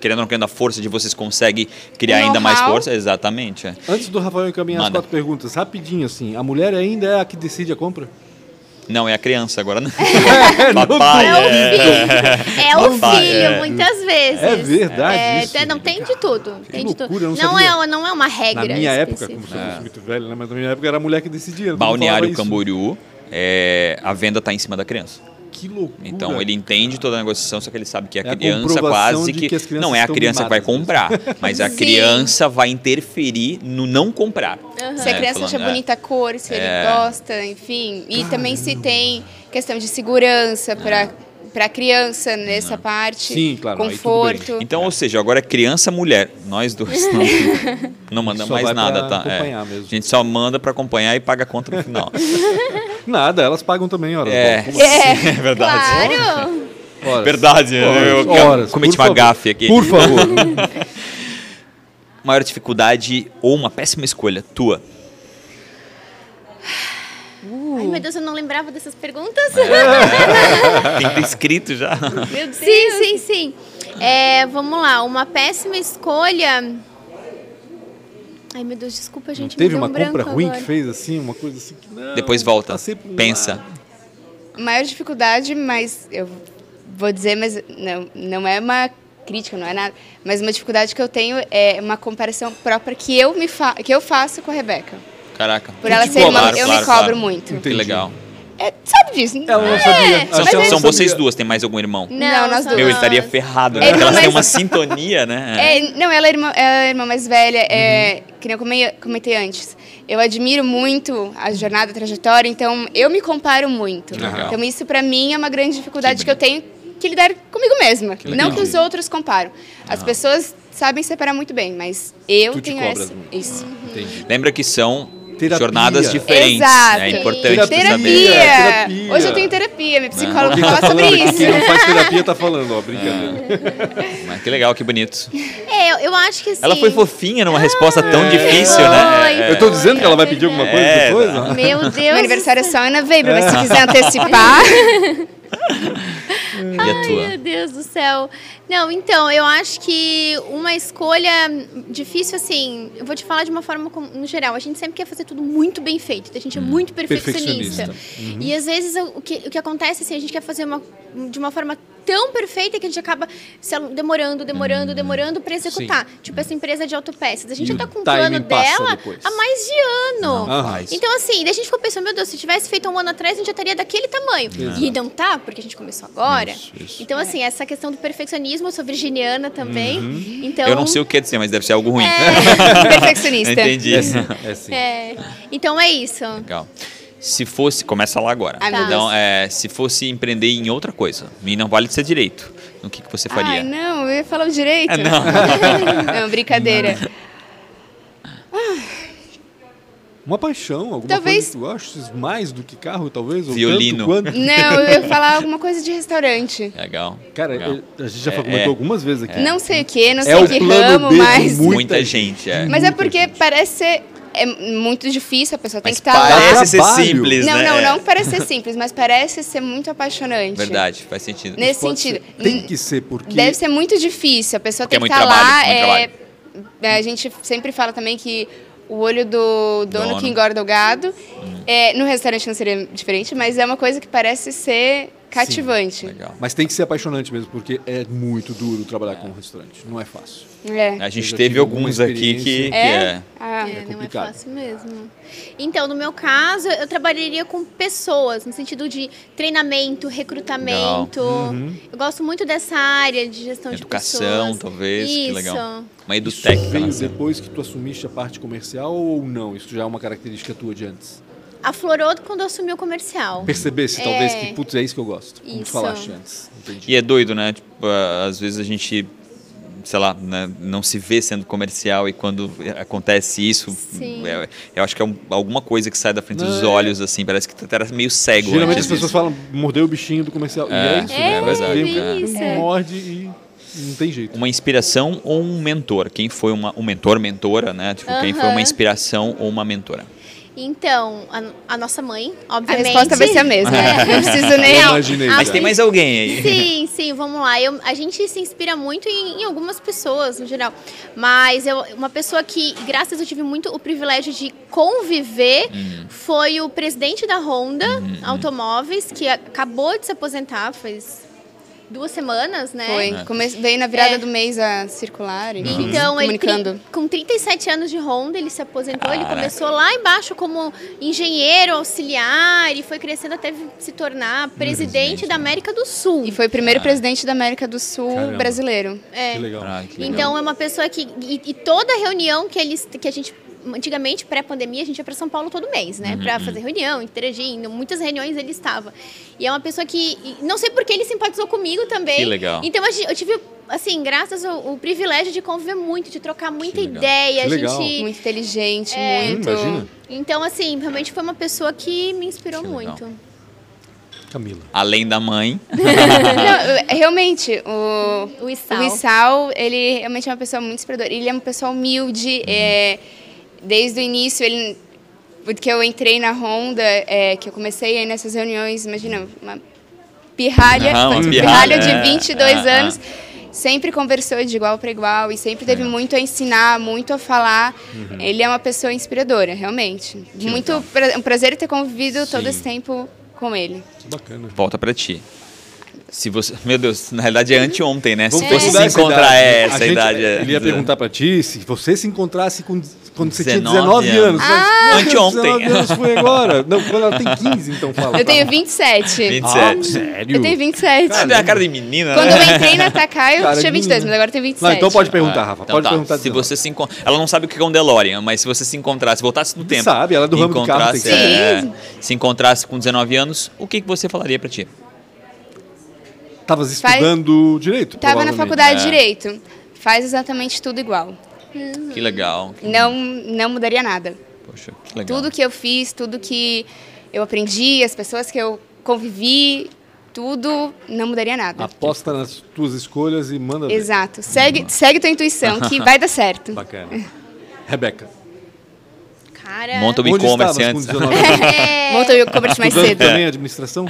[SPEAKER 2] querendo ou não querendo a força de vocês consegue criar
[SPEAKER 4] O
[SPEAKER 2] ainda mais
[SPEAKER 4] know-how.
[SPEAKER 2] força. Exatamente. é.
[SPEAKER 1] Antes do Rafael encaminhar as
[SPEAKER 2] Manda.
[SPEAKER 1] quatro perguntas, rapidinho assim, a mulher ainda é a que decide a compra?
[SPEAKER 2] Não, é a criança agora, não.
[SPEAKER 1] não
[SPEAKER 2] Papai,
[SPEAKER 3] É o
[SPEAKER 2] é.
[SPEAKER 3] filho, é o
[SPEAKER 2] Papai,
[SPEAKER 3] filho
[SPEAKER 2] é.
[SPEAKER 3] muitas vezes.
[SPEAKER 1] É verdade isso,
[SPEAKER 3] tem- não
[SPEAKER 1] gente.
[SPEAKER 3] tem de tudo. tem de
[SPEAKER 1] loucura, eu
[SPEAKER 3] tudo.
[SPEAKER 1] não
[SPEAKER 3] Não,
[SPEAKER 1] sabia.
[SPEAKER 3] é, não é uma regra.
[SPEAKER 1] Na minha época,
[SPEAKER 3] específica.
[SPEAKER 1] como se eu fosse muito velho, né? Mas na minha época era a mulher que decidia. todo mundo falava
[SPEAKER 2] Balneário
[SPEAKER 1] isso.
[SPEAKER 2] Camboriú, é, a venda está em cima da criança.
[SPEAKER 1] Que loucura.
[SPEAKER 2] Então ele entende toda a negociação, só que ele sabe que a
[SPEAKER 1] É a
[SPEAKER 2] criança
[SPEAKER 1] comprovação
[SPEAKER 2] quase
[SPEAKER 1] de
[SPEAKER 2] que.
[SPEAKER 1] que as crianças
[SPEAKER 2] não, é a
[SPEAKER 1] estão
[SPEAKER 2] criança que vai
[SPEAKER 1] mimadas, né?
[SPEAKER 2] comprar, mas a
[SPEAKER 4] Sim.
[SPEAKER 2] criança vai interferir no não comprar.
[SPEAKER 4] Se a
[SPEAKER 2] né,
[SPEAKER 4] criança
[SPEAKER 2] falando,
[SPEAKER 4] acha
[SPEAKER 2] é.
[SPEAKER 4] bonita a cor, se ele gosta, enfim. E também se tem questão de segurança para para criança nessa parte.
[SPEAKER 1] Sim, claro, aí tudo
[SPEAKER 4] Conforto.
[SPEAKER 2] Então, ou seja, agora criança, mulher, nós dois não, não mandamos
[SPEAKER 1] Só
[SPEAKER 2] mais
[SPEAKER 1] vai pra
[SPEAKER 2] nada, tá? É.
[SPEAKER 1] acompanhar mesmo.
[SPEAKER 2] A gente só manda pra acompanhar e paga a conta no final.
[SPEAKER 1] Nada, elas pagam também, ora.
[SPEAKER 2] é,
[SPEAKER 1] Como-
[SPEAKER 2] sim, é verdade.
[SPEAKER 3] Claro.
[SPEAKER 1] Horas.
[SPEAKER 2] Verdade, eu
[SPEAKER 1] Horas,
[SPEAKER 2] cometi
[SPEAKER 1] por
[SPEAKER 2] uma
[SPEAKER 1] favor.
[SPEAKER 2] gafe aqui.
[SPEAKER 1] Por favor.
[SPEAKER 2] Maior dificuldade ou uma péssima escolha tua?
[SPEAKER 3] Ai, meu Deus, eu não lembrava dessas perguntas.
[SPEAKER 2] Tem que ter escrito já.
[SPEAKER 3] Meu Deus. Sim, sim, sim. É, vamos lá, uma péssima escolha. Ai, meu Deus, desculpa, gente. me
[SPEAKER 1] Teve
[SPEAKER 3] deu
[SPEAKER 1] uma
[SPEAKER 3] um branco
[SPEAKER 1] compra ruim
[SPEAKER 3] agora.
[SPEAKER 1] que fez assim, uma coisa assim que não,
[SPEAKER 2] Depois volta.
[SPEAKER 1] passei por um
[SPEAKER 2] Pensa.
[SPEAKER 1] lado.
[SPEAKER 4] Maior dificuldade, mas eu vou dizer, mas não, não é uma crítica, não é nada. Mas uma dificuldade que eu tenho é uma comparação própria que eu, me fa que eu faço com a Rebeca.
[SPEAKER 2] Caraca.
[SPEAKER 4] Por ela
[SPEAKER 2] Tipo,
[SPEAKER 4] ser uma.
[SPEAKER 2] claro,
[SPEAKER 4] eu
[SPEAKER 2] claro,
[SPEAKER 4] me cobro
[SPEAKER 2] claro.
[SPEAKER 4] muito.
[SPEAKER 2] Que legal.
[SPEAKER 4] É, sabe disso? né?
[SPEAKER 1] Ela não sabia.
[SPEAKER 3] É,
[SPEAKER 1] Acho
[SPEAKER 2] São,
[SPEAKER 1] que ela
[SPEAKER 2] são
[SPEAKER 1] não
[SPEAKER 2] vocês
[SPEAKER 1] sabia.
[SPEAKER 2] duas, tem mais algum irmão?
[SPEAKER 4] Não, nós
[SPEAKER 3] são
[SPEAKER 4] duas.
[SPEAKER 2] Meu, ele
[SPEAKER 3] nós.
[SPEAKER 2] estaria ferrado, né?
[SPEAKER 4] É,
[SPEAKER 2] Porque elas têm
[SPEAKER 4] mas-
[SPEAKER 2] uma sintonia, né?
[SPEAKER 4] É, não, ela é, irmã, ela é irmã mais velha, é, que nem eu come- comentei antes. Eu admiro muito a jornada, a trajetória, então eu me comparo muito.
[SPEAKER 2] Legal.
[SPEAKER 4] Então isso pra mim é uma grande dificuldade
[SPEAKER 2] Que
[SPEAKER 4] que, eu tenho que lidar comigo mesma.
[SPEAKER 1] legal.
[SPEAKER 4] não que os outros comparam. As pessoas sabem separar muito bem, mas eu
[SPEAKER 1] Tu te
[SPEAKER 4] tenho
[SPEAKER 1] cobras
[SPEAKER 4] essa.
[SPEAKER 1] muito.
[SPEAKER 4] Isso.
[SPEAKER 2] Uhum.
[SPEAKER 1] Entendi.
[SPEAKER 2] Lembra que são
[SPEAKER 1] Terapia.
[SPEAKER 2] jornadas diferentes.
[SPEAKER 4] Exato.
[SPEAKER 2] É importante tu
[SPEAKER 4] Terapia.
[SPEAKER 2] saber.
[SPEAKER 1] Terapia.
[SPEAKER 4] Hoje eu tenho terapia, minha psicóloga
[SPEAKER 3] é
[SPEAKER 1] Quem
[SPEAKER 4] fala
[SPEAKER 1] tá
[SPEAKER 4] sobre
[SPEAKER 1] falando aqui,
[SPEAKER 4] isso.
[SPEAKER 1] quem não faz terapia tá falando, ó, brincadeira.
[SPEAKER 2] Mas que legal, que bonito.
[SPEAKER 3] É, eu, eu acho que assim.
[SPEAKER 2] Ela foi fofinha numa resposta
[SPEAKER 1] É.
[SPEAKER 2] tão difícil,
[SPEAKER 3] Foi,
[SPEAKER 2] né?
[SPEAKER 1] Eu tô dizendo que ela vai pedir alguma coisa
[SPEAKER 2] É,
[SPEAKER 1] depois?
[SPEAKER 2] tá.
[SPEAKER 1] ó?
[SPEAKER 3] Meu Deus.
[SPEAKER 4] Meu aniversário é só em novembro, mas se quiser antecipar.
[SPEAKER 2] É, E a
[SPEAKER 3] Ai,
[SPEAKER 2] tua?
[SPEAKER 3] meu Deus do céu. Não, então, eu acho que uma escolha difícil, assim, eu vou te falar de uma forma com- no geral. A gente sempre quer fazer tudo muito bem feito, a
[SPEAKER 1] Hum.
[SPEAKER 3] gente é muito perfeccionista.
[SPEAKER 1] Uhum.
[SPEAKER 3] E às vezes o o que, o que acontece, assim, a gente quer fazer uma, de uma forma tão perfeita que a gente acaba se alu- demorando, demorando, demorando para executar. Tipo essa empresa de autopeças. A gente
[SPEAKER 1] Hum. E
[SPEAKER 3] já
[SPEAKER 1] o
[SPEAKER 3] tá com o
[SPEAKER 1] timing
[SPEAKER 3] plano
[SPEAKER 1] passa
[SPEAKER 3] dela
[SPEAKER 1] depois.
[SPEAKER 3] há mais de ano.
[SPEAKER 1] Ah,
[SPEAKER 2] Faz.
[SPEAKER 3] Então, assim, daí a gente ficou pensando, meu Deus, se tivesse feito há um ano atrás, a gente já estaria daquele tamanho. E não tá, porque a gente começou agora.
[SPEAKER 2] Isso, isso.
[SPEAKER 3] Então, assim, essa questão do perfeccionismo, eu sou virginiana também. Então,
[SPEAKER 2] Uhum. Eu não sei o que dizer, mas deve ser algo ruim.
[SPEAKER 4] É, Perfeccionista.
[SPEAKER 2] Entendi.
[SPEAKER 1] É sim.
[SPEAKER 3] é, então é isso.
[SPEAKER 2] Legal. Se fosse, começa lá agora.
[SPEAKER 4] Ai, Ah, meu
[SPEAKER 2] então, é, se fosse empreender em outra coisa, e não vale ser direito, no que, que você faria?
[SPEAKER 4] Ai, não, eu ia falar o direito.
[SPEAKER 2] Ah, não.
[SPEAKER 4] Não, brincadeira.
[SPEAKER 1] Uma paixão, alguma
[SPEAKER 4] Talvez-
[SPEAKER 1] coisa que tu gostes mais do que carro, talvez? ou
[SPEAKER 2] Violino.
[SPEAKER 1] tanto quanto?
[SPEAKER 4] Não, eu ia falar alguma coisa de restaurante.
[SPEAKER 2] Legal.
[SPEAKER 1] Cara,
[SPEAKER 2] legal.
[SPEAKER 1] eu- a gente já
[SPEAKER 2] É,
[SPEAKER 1] comentou
[SPEAKER 2] é.
[SPEAKER 1] algumas vezes aqui.
[SPEAKER 4] Não sei o que, não
[SPEAKER 1] É
[SPEAKER 4] sei
[SPEAKER 1] o
[SPEAKER 4] que
[SPEAKER 1] plano
[SPEAKER 4] ramo,
[SPEAKER 1] B do
[SPEAKER 4] mas.
[SPEAKER 1] mundo.
[SPEAKER 2] muita,
[SPEAKER 1] muita
[SPEAKER 2] gente, é.
[SPEAKER 4] Mas é
[SPEAKER 1] Muita
[SPEAKER 4] porque
[SPEAKER 1] gente.
[SPEAKER 4] parece ser é muito difícil, a pessoa tem
[SPEAKER 2] Mas
[SPEAKER 4] que estar lá.
[SPEAKER 2] parece ser
[SPEAKER 1] trabalho.
[SPEAKER 2] simples,
[SPEAKER 4] Não,
[SPEAKER 2] né?
[SPEAKER 4] não,
[SPEAKER 2] É.
[SPEAKER 4] não parece ser simples, mas parece ser muito apaixonante.
[SPEAKER 2] Verdade, faz sentido.
[SPEAKER 4] Nesse
[SPEAKER 1] Pode ser-
[SPEAKER 4] sentido.
[SPEAKER 1] Tem que ser, porque...
[SPEAKER 4] Deve ser muito difícil, a pessoa
[SPEAKER 2] Porque
[SPEAKER 4] tem que
[SPEAKER 2] é
[SPEAKER 4] estar
[SPEAKER 2] muito
[SPEAKER 4] lá.
[SPEAKER 2] trabalho, muito
[SPEAKER 4] é, a gente sempre fala também que o olho do dono,
[SPEAKER 2] Dono. Hum.
[SPEAKER 4] que engorda o gado. É, no restaurante não seria diferente, mas é uma coisa que parece ser cativante.
[SPEAKER 2] Legal.
[SPEAKER 1] Mas tem que ser apaixonante mesmo, porque é muito duro trabalhar com um restaurante. Não é fácil.
[SPEAKER 4] É.
[SPEAKER 2] A gente
[SPEAKER 1] já
[SPEAKER 2] teve
[SPEAKER 1] tive alguma
[SPEAKER 2] alguns aqui que
[SPEAKER 1] experiência.
[SPEAKER 2] que
[SPEAKER 4] É?
[SPEAKER 2] é.
[SPEAKER 4] Ah,
[SPEAKER 3] É, não é
[SPEAKER 1] complicado.
[SPEAKER 3] fácil mesmo. Então, no meu caso, eu trabalharia com pessoas, no sentido de treinamento, recrutamento. Eu gosto muito dessa área de gestão de pessoas.
[SPEAKER 2] Uhum. Educação, talvez.
[SPEAKER 3] Isso.
[SPEAKER 2] Que legal. Uma
[SPEAKER 1] Isso
[SPEAKER 2] edutec.
[SPEAKER 1] veio depois que tu assumiste a parte comercial ou não? Isso já é uma característica é tua de antes?
[SPEAKER 3] aflorou quando eu assumi o comercial.
[SPEAKER 1] Percebesse, talvez, que,
[SPEAKER 3] É.
[SPEAKER 1] putz, é isso que eu gosto. Como tu
[SPEAKER 3] Isso.
[SPEAKER 1] falaste antes. Entendi.
[SPEAKER 2] E é doido, né? Tipo, ah, às vezes a gente, sei lá, né, não se vê sendo comercial e quando acontece isso,
[SPEAKER 4] Sim.
[SPEAKER 2] é- eu acho que é um- alguma coisa que sai da frente dos
[SPEAKER 1] Não, é.
[SPEAKER 2] olhos, assim, parece que tu era meio cego.
[SPEAKER 1] Geralmente as
[SPEAKER 2] antes
[SPEAKER 1] pessoas
[SPEAKER 2] disso.
[SPEAKER 1] falam, mordeu o bichinho do comercial. e é
[SPEAKER 2] É,
[SPEAKER 1] isso,
[SPEAKER 2] é
[SPEAKER 1] né?
[SPEAKER 2] verdade,
[SPEAKER 1] Vem
[SPEAKER 2] é.
[SPEAKER 1] um-
[SPEAKER 4] Isso, é.
[SPEAKER 1] Morde e não tem jeito.
[SPEAKER 2] Uma inspiração ou um mentor? Quem foi uma, um mentor, mentora, né? Tipo, quem foi uma
[SPEAKER 3] Aham.
[SPEAKER 2] inspiração ou uma mentora?
[SPEAKER 3] Então, a, a nossa mãe,
[SPEAKER 4] A
[SPEAKER 3] obviamente. é,
[SPEAKER 4] resposta vai ser a mesma. é. Não Ah, preciso nem.
[SPEAKER 1] Eu imaginei.
[SPEAKER 2] Mas
[SPEAKER 1] já.
[SPEAKER 2] tem mais alguém aí.
[SPEAKER 3] Ah, Sim, sim, vamos lá. Eu- a gente se inspira muito em, em algumas pessoas, no geral. Mas eu, uma pessoa que, graças a Deus, eu tive muito o privilégio de conviver foi o presidente da Honda Automóveis, que acabou de se aposentar, faz duas semanas, né?
[SPEAKER 4] Foi. Come- Veio na virada
[SPEAKER 3] É.
[SPEAKER 4] do mês a circular, enfim,
[SPEAKER 3] Então, ele tri-
[SPEAKER 4] comunicando.
[SPEAKER 3] com 37 anos de Honda, ele se aposentou, ele
[SPEAKER 2] Caraca.
[SPEAKER 3] começou lá embaixo como engenheiro auxiliar e foi crescendo até se tornar presidente da América do Sul.
[SPEAKER 4] E foi o primeiro presidente da América do Sul
[SPEAKER 1] Ah. Caramba.
[SPEAKER 4] brasileiro.
[SPEAKER 1] Que legal.
[SPEAKER 2] Ah, que legal.
[SPEAKER 3] Então é uma pessoa que e, e toda reunião que eles que a gente antigamente pré-pandemia a gente ia para São Paulo todo mês, né,
[SPEAKER 2] Uhum,
[SPEAKER 3] Pra fazer reunião, interagir, em muitas reuniões ele estava. E é uma pessoa que e não sei por que ele simpatizou comigo também.
[SPEAKER 2] Que legal.
[SPEAKER 3] Então a gente- eu tive assim, graças ao, o privilégio de conviver muito, de trocar muita
[SPEAKER 2] legal.
[SPEAKER 3] ideia,
[SPEAKER 1] Que
[SPEAKER 3] a
[SPEAKER 1] legal.
[SPEAKER 3] gente
[SPEAKER 4] Muito inteligente,
[SPEAKER 3] é.
[SPEAKER 1] Hum,
[SPEAKER 4] É, muito.
[SPEAKER 1] imagina.
[SPEAKER 3] então, assim, realmente foi uma pessoa que me inspirou
[SPEAKER 2] Que legal.
[SPEAKER 3] muito.
[SPEAKER 1] Camila.
[SPEAKER 2] Além da mãe,
[SPEAKER 4] Não, eu- realmente, o,
[SPEAKER 3] O Issal.
[SPEAKER 4] O Issal, ele realmente é uma pessoa muito inspiradora. Ele é uma pessoa humilde.
[SPEAKER 2] Uhum.
[SPEAKER 4] é, desde o início, ele, porque eu entrei na Honda, é, que eu comecei aí nessas reuniões, imagina, uma pirralha,
[SPEAKER 2] Não, uma
[SPEAKER 4] pirralha,
[SPEAKER 2] pirralha, é,
[SPEAKER 4] de 22
[SPEAKER 2] é, é.
[SPEAKER 4] anos. Sempre conversou de igual para igual e sempre teve muito a ensinar, muito a falar.
[SPEAKER 2] Uhum.
[SPEAKER 4] Ele é uma pessoa inspiradora, realmente. muito pra- um prazer ter convivido todo
[SPEAKER 1] Sim.
[SPEAKER 4] esse tempo com ele.
[SPEAKER 1] Que bacana.
[SPEAKER 4] É.
[SPEAKER 2] volta pra ti. Se você, meu Deus, na realidade é anteontem, né? Se
[SPEAKER 1] Vamos
[SPEAKER 2] fosse
[SPEAKER 1] mudar
[SPEAKER 2] se
[SPEAKER 1] essa
[SPEAKER 2] encontrar
[SPEAKER 1] idade.
[SPEAKER 2] é,
[SPEAKER 1] A
[SPEAKER 2] essa
[SPEAKER 1] gente-
[SPEAKER 2] idade. é.
[SPEAKER 1] Ele ia perguntar pra ti se você se encontrasse com, quando você tinha
[SPEAKER 2] 19
[SPEAKER 1] 19 anos.
[SPEAKER 2] anos.
[SPEAKER 4] Ah!
[SPEAKER 1] Mas, meu Deus,
[SPEAKER 2] Anteontem.
[SPEAKER 1] 19 anos foi agora. Não, quando ela tem 15, então fala.
[SPEAKER 4] Eu tenho
[SPEAKER 1] Fala.
[SPEAKER 4] 27.
[SPEAKER 2] 27.
[SPEAKER 1] Ah, sério?
[SPEAKER 4] Eu tenho 27.
[SPEAKER 2] Você tem a cara de menina,
[SPEAKER 4] Quando
[SPEAKER 2] né?
[SPEAKER 4] eu entrei na Takai, eu
[SPEAKER 1] Cara de
[SPEAKER 4] tinha 22,
[SPEAKER 1] menina.
[SPEAKER 4] mas agora eu tenho 27.
[SPEAKER 1] Não, então pode perguntar, Rafa.
[SPEAKER 2] Então
[SPEAKER 1] pode
[SPEAKER 2] tá,
[SPEAKER 1] perguntar.
[SPEAKER 2] se você se encon... Ela não sabe o que é um DeLorean, mas se você se encontrasse, voltasse no tempo.
[SPEAKER 1] Sabe, ela é do ramo do carro, tem
[SPEAKER 2] encontrasse,
[SPEAKER 1] que saber.
[SPEAKER 2] é, Se encontrasse com 19 anos, o que, que você falaria pra ti?
[SPEAKER 1] Estavas
[SPEAKER 4] Faz-
[SPEAKER 1] estudando direito?
[SPEAKER 4] Tava na
[SPEAKER 1] provavelmente.
[SPEAKER 4] faculdade de
[SPEAKER 2] É.
[SPEAKER 4] Direito. Faz exatamente tudo igual.
[SPEAKER 2] Que legal.
[SPEAKER 4] Não, não mudaria nada.
[SPEAKER 2] Poxa, que legal.
[SPEAKER 4] Tudo que eu fiz, tudo que eu aprendi, as pessoas que eu convivi, tudo não mudaria nada.
[SPEAKER 1] Aposta nas tuas escolhas e manda ver.
[SPEAKER 4] Exato. Segue, segue tua intuição, que vai dar certo.
[SPEAKER 1] Bacana. Rebeca.
[SPEAKER 3] Cara,
[SPEAKER 2] Monta
[SPEAKER 4] é
[SPEAKER 2] o
[SPEAKER 1] Onde estavas
[SPEAKER 2] e-commerce
[SPEAKER 1] com
[SPEAKER 2] antes.
[SPEAKER 1] 19 anos? É.
[SPEAKER 4] Monta o comércio mais
[SPEAKER 1] Estudando
[SPEAKER 4] cedo.
[SPEAKER 1] também administração?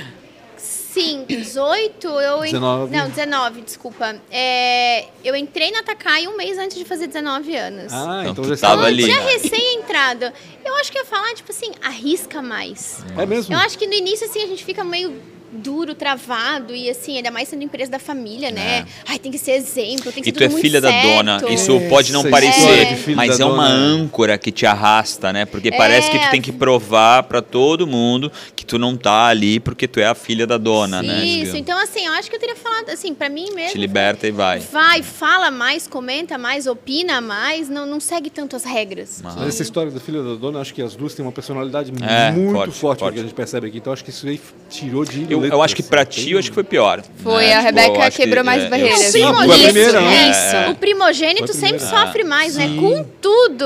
[SPEAKER 3] Sim, 18 eu. en-
[SPEAKER 1] 19.
[SPEAKER 3] Não, 19, desculpa. É, eu entrei na Takai um mês antes de fazer 19 anos.
[SPEAKER 1] Ah,
[SPEAKER 2] Então
[SPEAKER 1] então
[SPEAKER 2] tu
[SPEAKER 1] já
[SPEAKER 2] tava
[SPEAKER 1] estava
[SPEAKER 2] ali.
[SPEAKER 3] Tinha recém-entrado. Eu acho que ia falar, tipo assim, arrisca mais.
[SPEAKER 1] É mesmo?
[SPEAKER 3] Eu acho que no início, assim, a gente fica meio duro, travado, e assim, ainda mais sendo empresa da família, né? Ai, tem que ser exemplo, tem que
[SPEAKER 2] É. E
[SPEAKER 3] ser
[SPEAKER 2] tu é
[SPEAKER 3] tudo muito
[SPEAKER 2] filha da
[SPEAKER 3] certo.
[SPEAKER 2] dona. Isso
[SPEAKER 1] É,
[SPEAKER 2] pode não
[SPEAKER 1] essa
[SPEAKER 2] parecer,
[SPEAKER 1] história de filho
[SPEAKER 2] mas
[SPEAKER 1] da
[SPEAKER 2] é uma
[SPEAKER 1] dona.
[SPEAKER 2] âncora que te arrasta, né? Porque parece que tu
[SPEAKER 3] É.
[SPEAKER 2] tem que provar pra todo mundo que tu não tá ali porque tu é a filha da dona, né?
[SPEAKER 3] Isso,
[SPEAKER 2] Digamos.
[SPEAKER 3] então assim, eu acho que eu teria falado, assim, pra mim mesmo.
[SPEAKER 2] Te liberta e vai.
[SPEAKER 3] Vai, fala mais, comenta mais, opina mais, não, não segue tanto as regras.
[SPEAKER 2] Mas
[SPEAKER 1] Mas essa história da filha da dona, acho que as duas têm uma personalidade
[SPEAKER 2] É,
[SPEAKER 1] muito
[SPEAKER 2] forte,
[SPEAKER 1] forte,
[SPEAKER 2] forte.
[SPEAKER 1] que a gente percebe aqui. Então acho que isso aí tirou de.
[SPEAKER 2] Eu, eu acho que pra ti, eu acho que foi pior.
[SPEAKER 4] Foi,
[SPEAKER 2] né?
[SPEAKER 4] a
[SPEAKER 2] Tipo, eu
[SPEAKER 4] Rebeca
[SPEAKER 2] acho que,
[SPEAKER 4] quebrou mais
[SPEAKER 2] é, eu
[SPEAKER 4] barreiras.
[SPEAKER 3] Não,
[SPEAKER 2] sei
[SPEAKER 1] Sim,
[SPEAKER 3] primo-
[SPEAKER 1] foi a
[SPEAKER 3] isso,
[SPEAKER 1] primeira, né?
[SPEAKER 3] isso.
[SPEAKER 2] É.
[SPEAKER 3] O primogênito
[SPEAKER 1] Foi a primeira.
[SPEAKER 3] sempre sofre mais, né?
[SPEAKER 1] Sim.
[SPEAKER 3] Com tudo.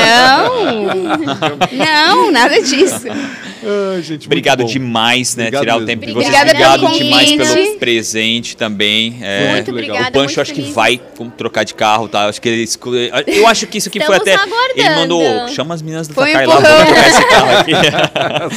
[SPEAKER 4] Não! Não, nada disso.
[SPEAKER 1] Ah, gente, muito
[SPEAKER 2] Obrigado
[SPEAKER 1] bom.
[SPEAKER 2] demais, né?
[SPEAKER 1] Obrigado
[SPEAKER 2] Tirar o
[SPEAKER 1] mesmo.
[SPEAKER 2] tempo de vocês.
[SPEAKER 3] Obrigada
[SPEAKER 2] Obrigado
[SPEAKER 3] pelo
[SPEAKER 2] demais pelo
[SPEAKER 4] convite.
[SPEAKER 2] presente também. É,
[SPEAKER 1] Muito
[SPEAKER 3] legal.
[SPEAKER 2] O
[SPEAKER 3] obrigada,
[SPEAKER 2] Pancho
[SPEAKER 3] Ah, muito
[SPEAKER 2] acho que
[SPEAKER 3] feliz.
[SPEAKER 2] vai com- trocar de carro, tá? Acho que ele esco- Eu acho que isso aqui foi até.
[SPEAKER 3] Estamos
[SPEAKER 2] Ele
[SPEAKER 3] aguardando.
[SPEAKER 2] mandou. Chama as meninas do
[SPEAKER 4] Foi um
[SPEAKER 2] Takai lá, vamos
[SPEAKER 4] empurrão.
[SPEAKER 2] trocar esse carro aqui.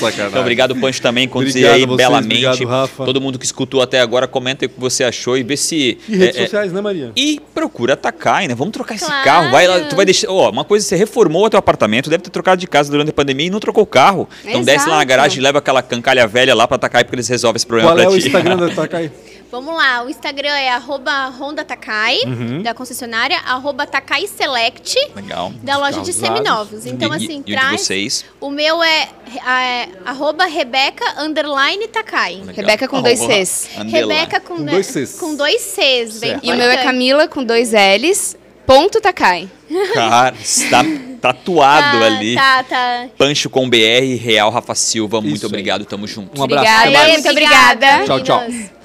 [SPEAKER 1] Sacanagem.
[SPEAKER 2] Então, obrigado, Pancho, também, conduzir
[SPEAKER 1] Obrigado
[SPEAKER 2] aí
[SPEAKER 1] a vocês,
[SPEAKER 2] belamente.
[SPEAKER 1] obrigado, Rafa.
[SPEAKER 2] Todo mundo que escutou até agora, comenta aí o que você achou e vê se.
[SPEAKER 1] E redes
[SPEAKER 2] é, é,
[SPEAKER 1] sociais, né, Maria?
[SPEAKER 2] e procura atacar, né? Vamos trocar esse
[SPEAKER 3] Claro.
[SPEAKER 2] carro. Vai lá, tu vai deixar. Ó, uma coisa, você reformou o teu apartamento, deve ter trocado de casa durante a pandemia e não trocou o carro. Então
[SPEAKER 4] Exato.
[SPEAKER 2] desce lá na garagem e leva aquela cancalha velha lá pra atacar porque eles resolvem esse problema
[SPEAKER 1] Qual é
[SPEAKER 2] pra
[SPEAKER 1] o
[SPEAKER 2] ti.
[SPEAKER 1] Instagram da Takai?
[SPEAKER 3] Vamos lá, o Instagram é arroba Honda Takai,
[SPEAKER 2] Uhum.
[SPEAKER 3] da concessionária, arroba Takai Select,
[SPEAKER 2] Legal.
[SPEAKER 3] da loja de
[SPEAKER 1] carros lá.
[SPEAKER 3] seminovos. Então,
[SPEAKER 2] Tá E- e-
[SPEAKER 3] assim,
[SPEAKER 2] e, o de
[SPEAKER 3] traz.
[SPEAKER 2] vocês.
[SPEAKER 3] O meu é, é arroba Rebeca underline Takai.
[SPEAKER 2] Legal.
[SPEAKER 4] Rebeca com dois
[SPEAKER 2] Arroba
[SPEAKER 4] Cs.
[SPEAKER 2] Andela.
[SPEAKER 3] Rebeca com,
[SPEAKER 1] Com dois Cs.
[SPEAKER 3] Com dois Cs, bem
[SPEAKER 1] Certo.
[SPEAKER 4] E o meu é
[SPEAKER 3] importante.
[SPEAKER 4] Camila com dois L's Ponto Takai.
[SPEAKER 2] Cara, está tá tatuado
[SPEAKER 4] Ah,
[SPEAKER 3] tá,
[SPEAKER 2] ali.
[SPEAKER 3] Tá, tá.
[SPEAKER 2] Pancho com BR, Real Rafa Silva, muito
[SPEAKER 1] Isso aí.
[SPEAKER 2] obrigado, tamo junto.
[SPEAKER 1] Um abraço.
[SPEAKER 4] Obrigada,
[SPEAKER 1] até mais.
[SPEAKER 4] muito obrigada.
[SPEAKER 1] Tchau, tchau.
[SPEAKER 3] meninas.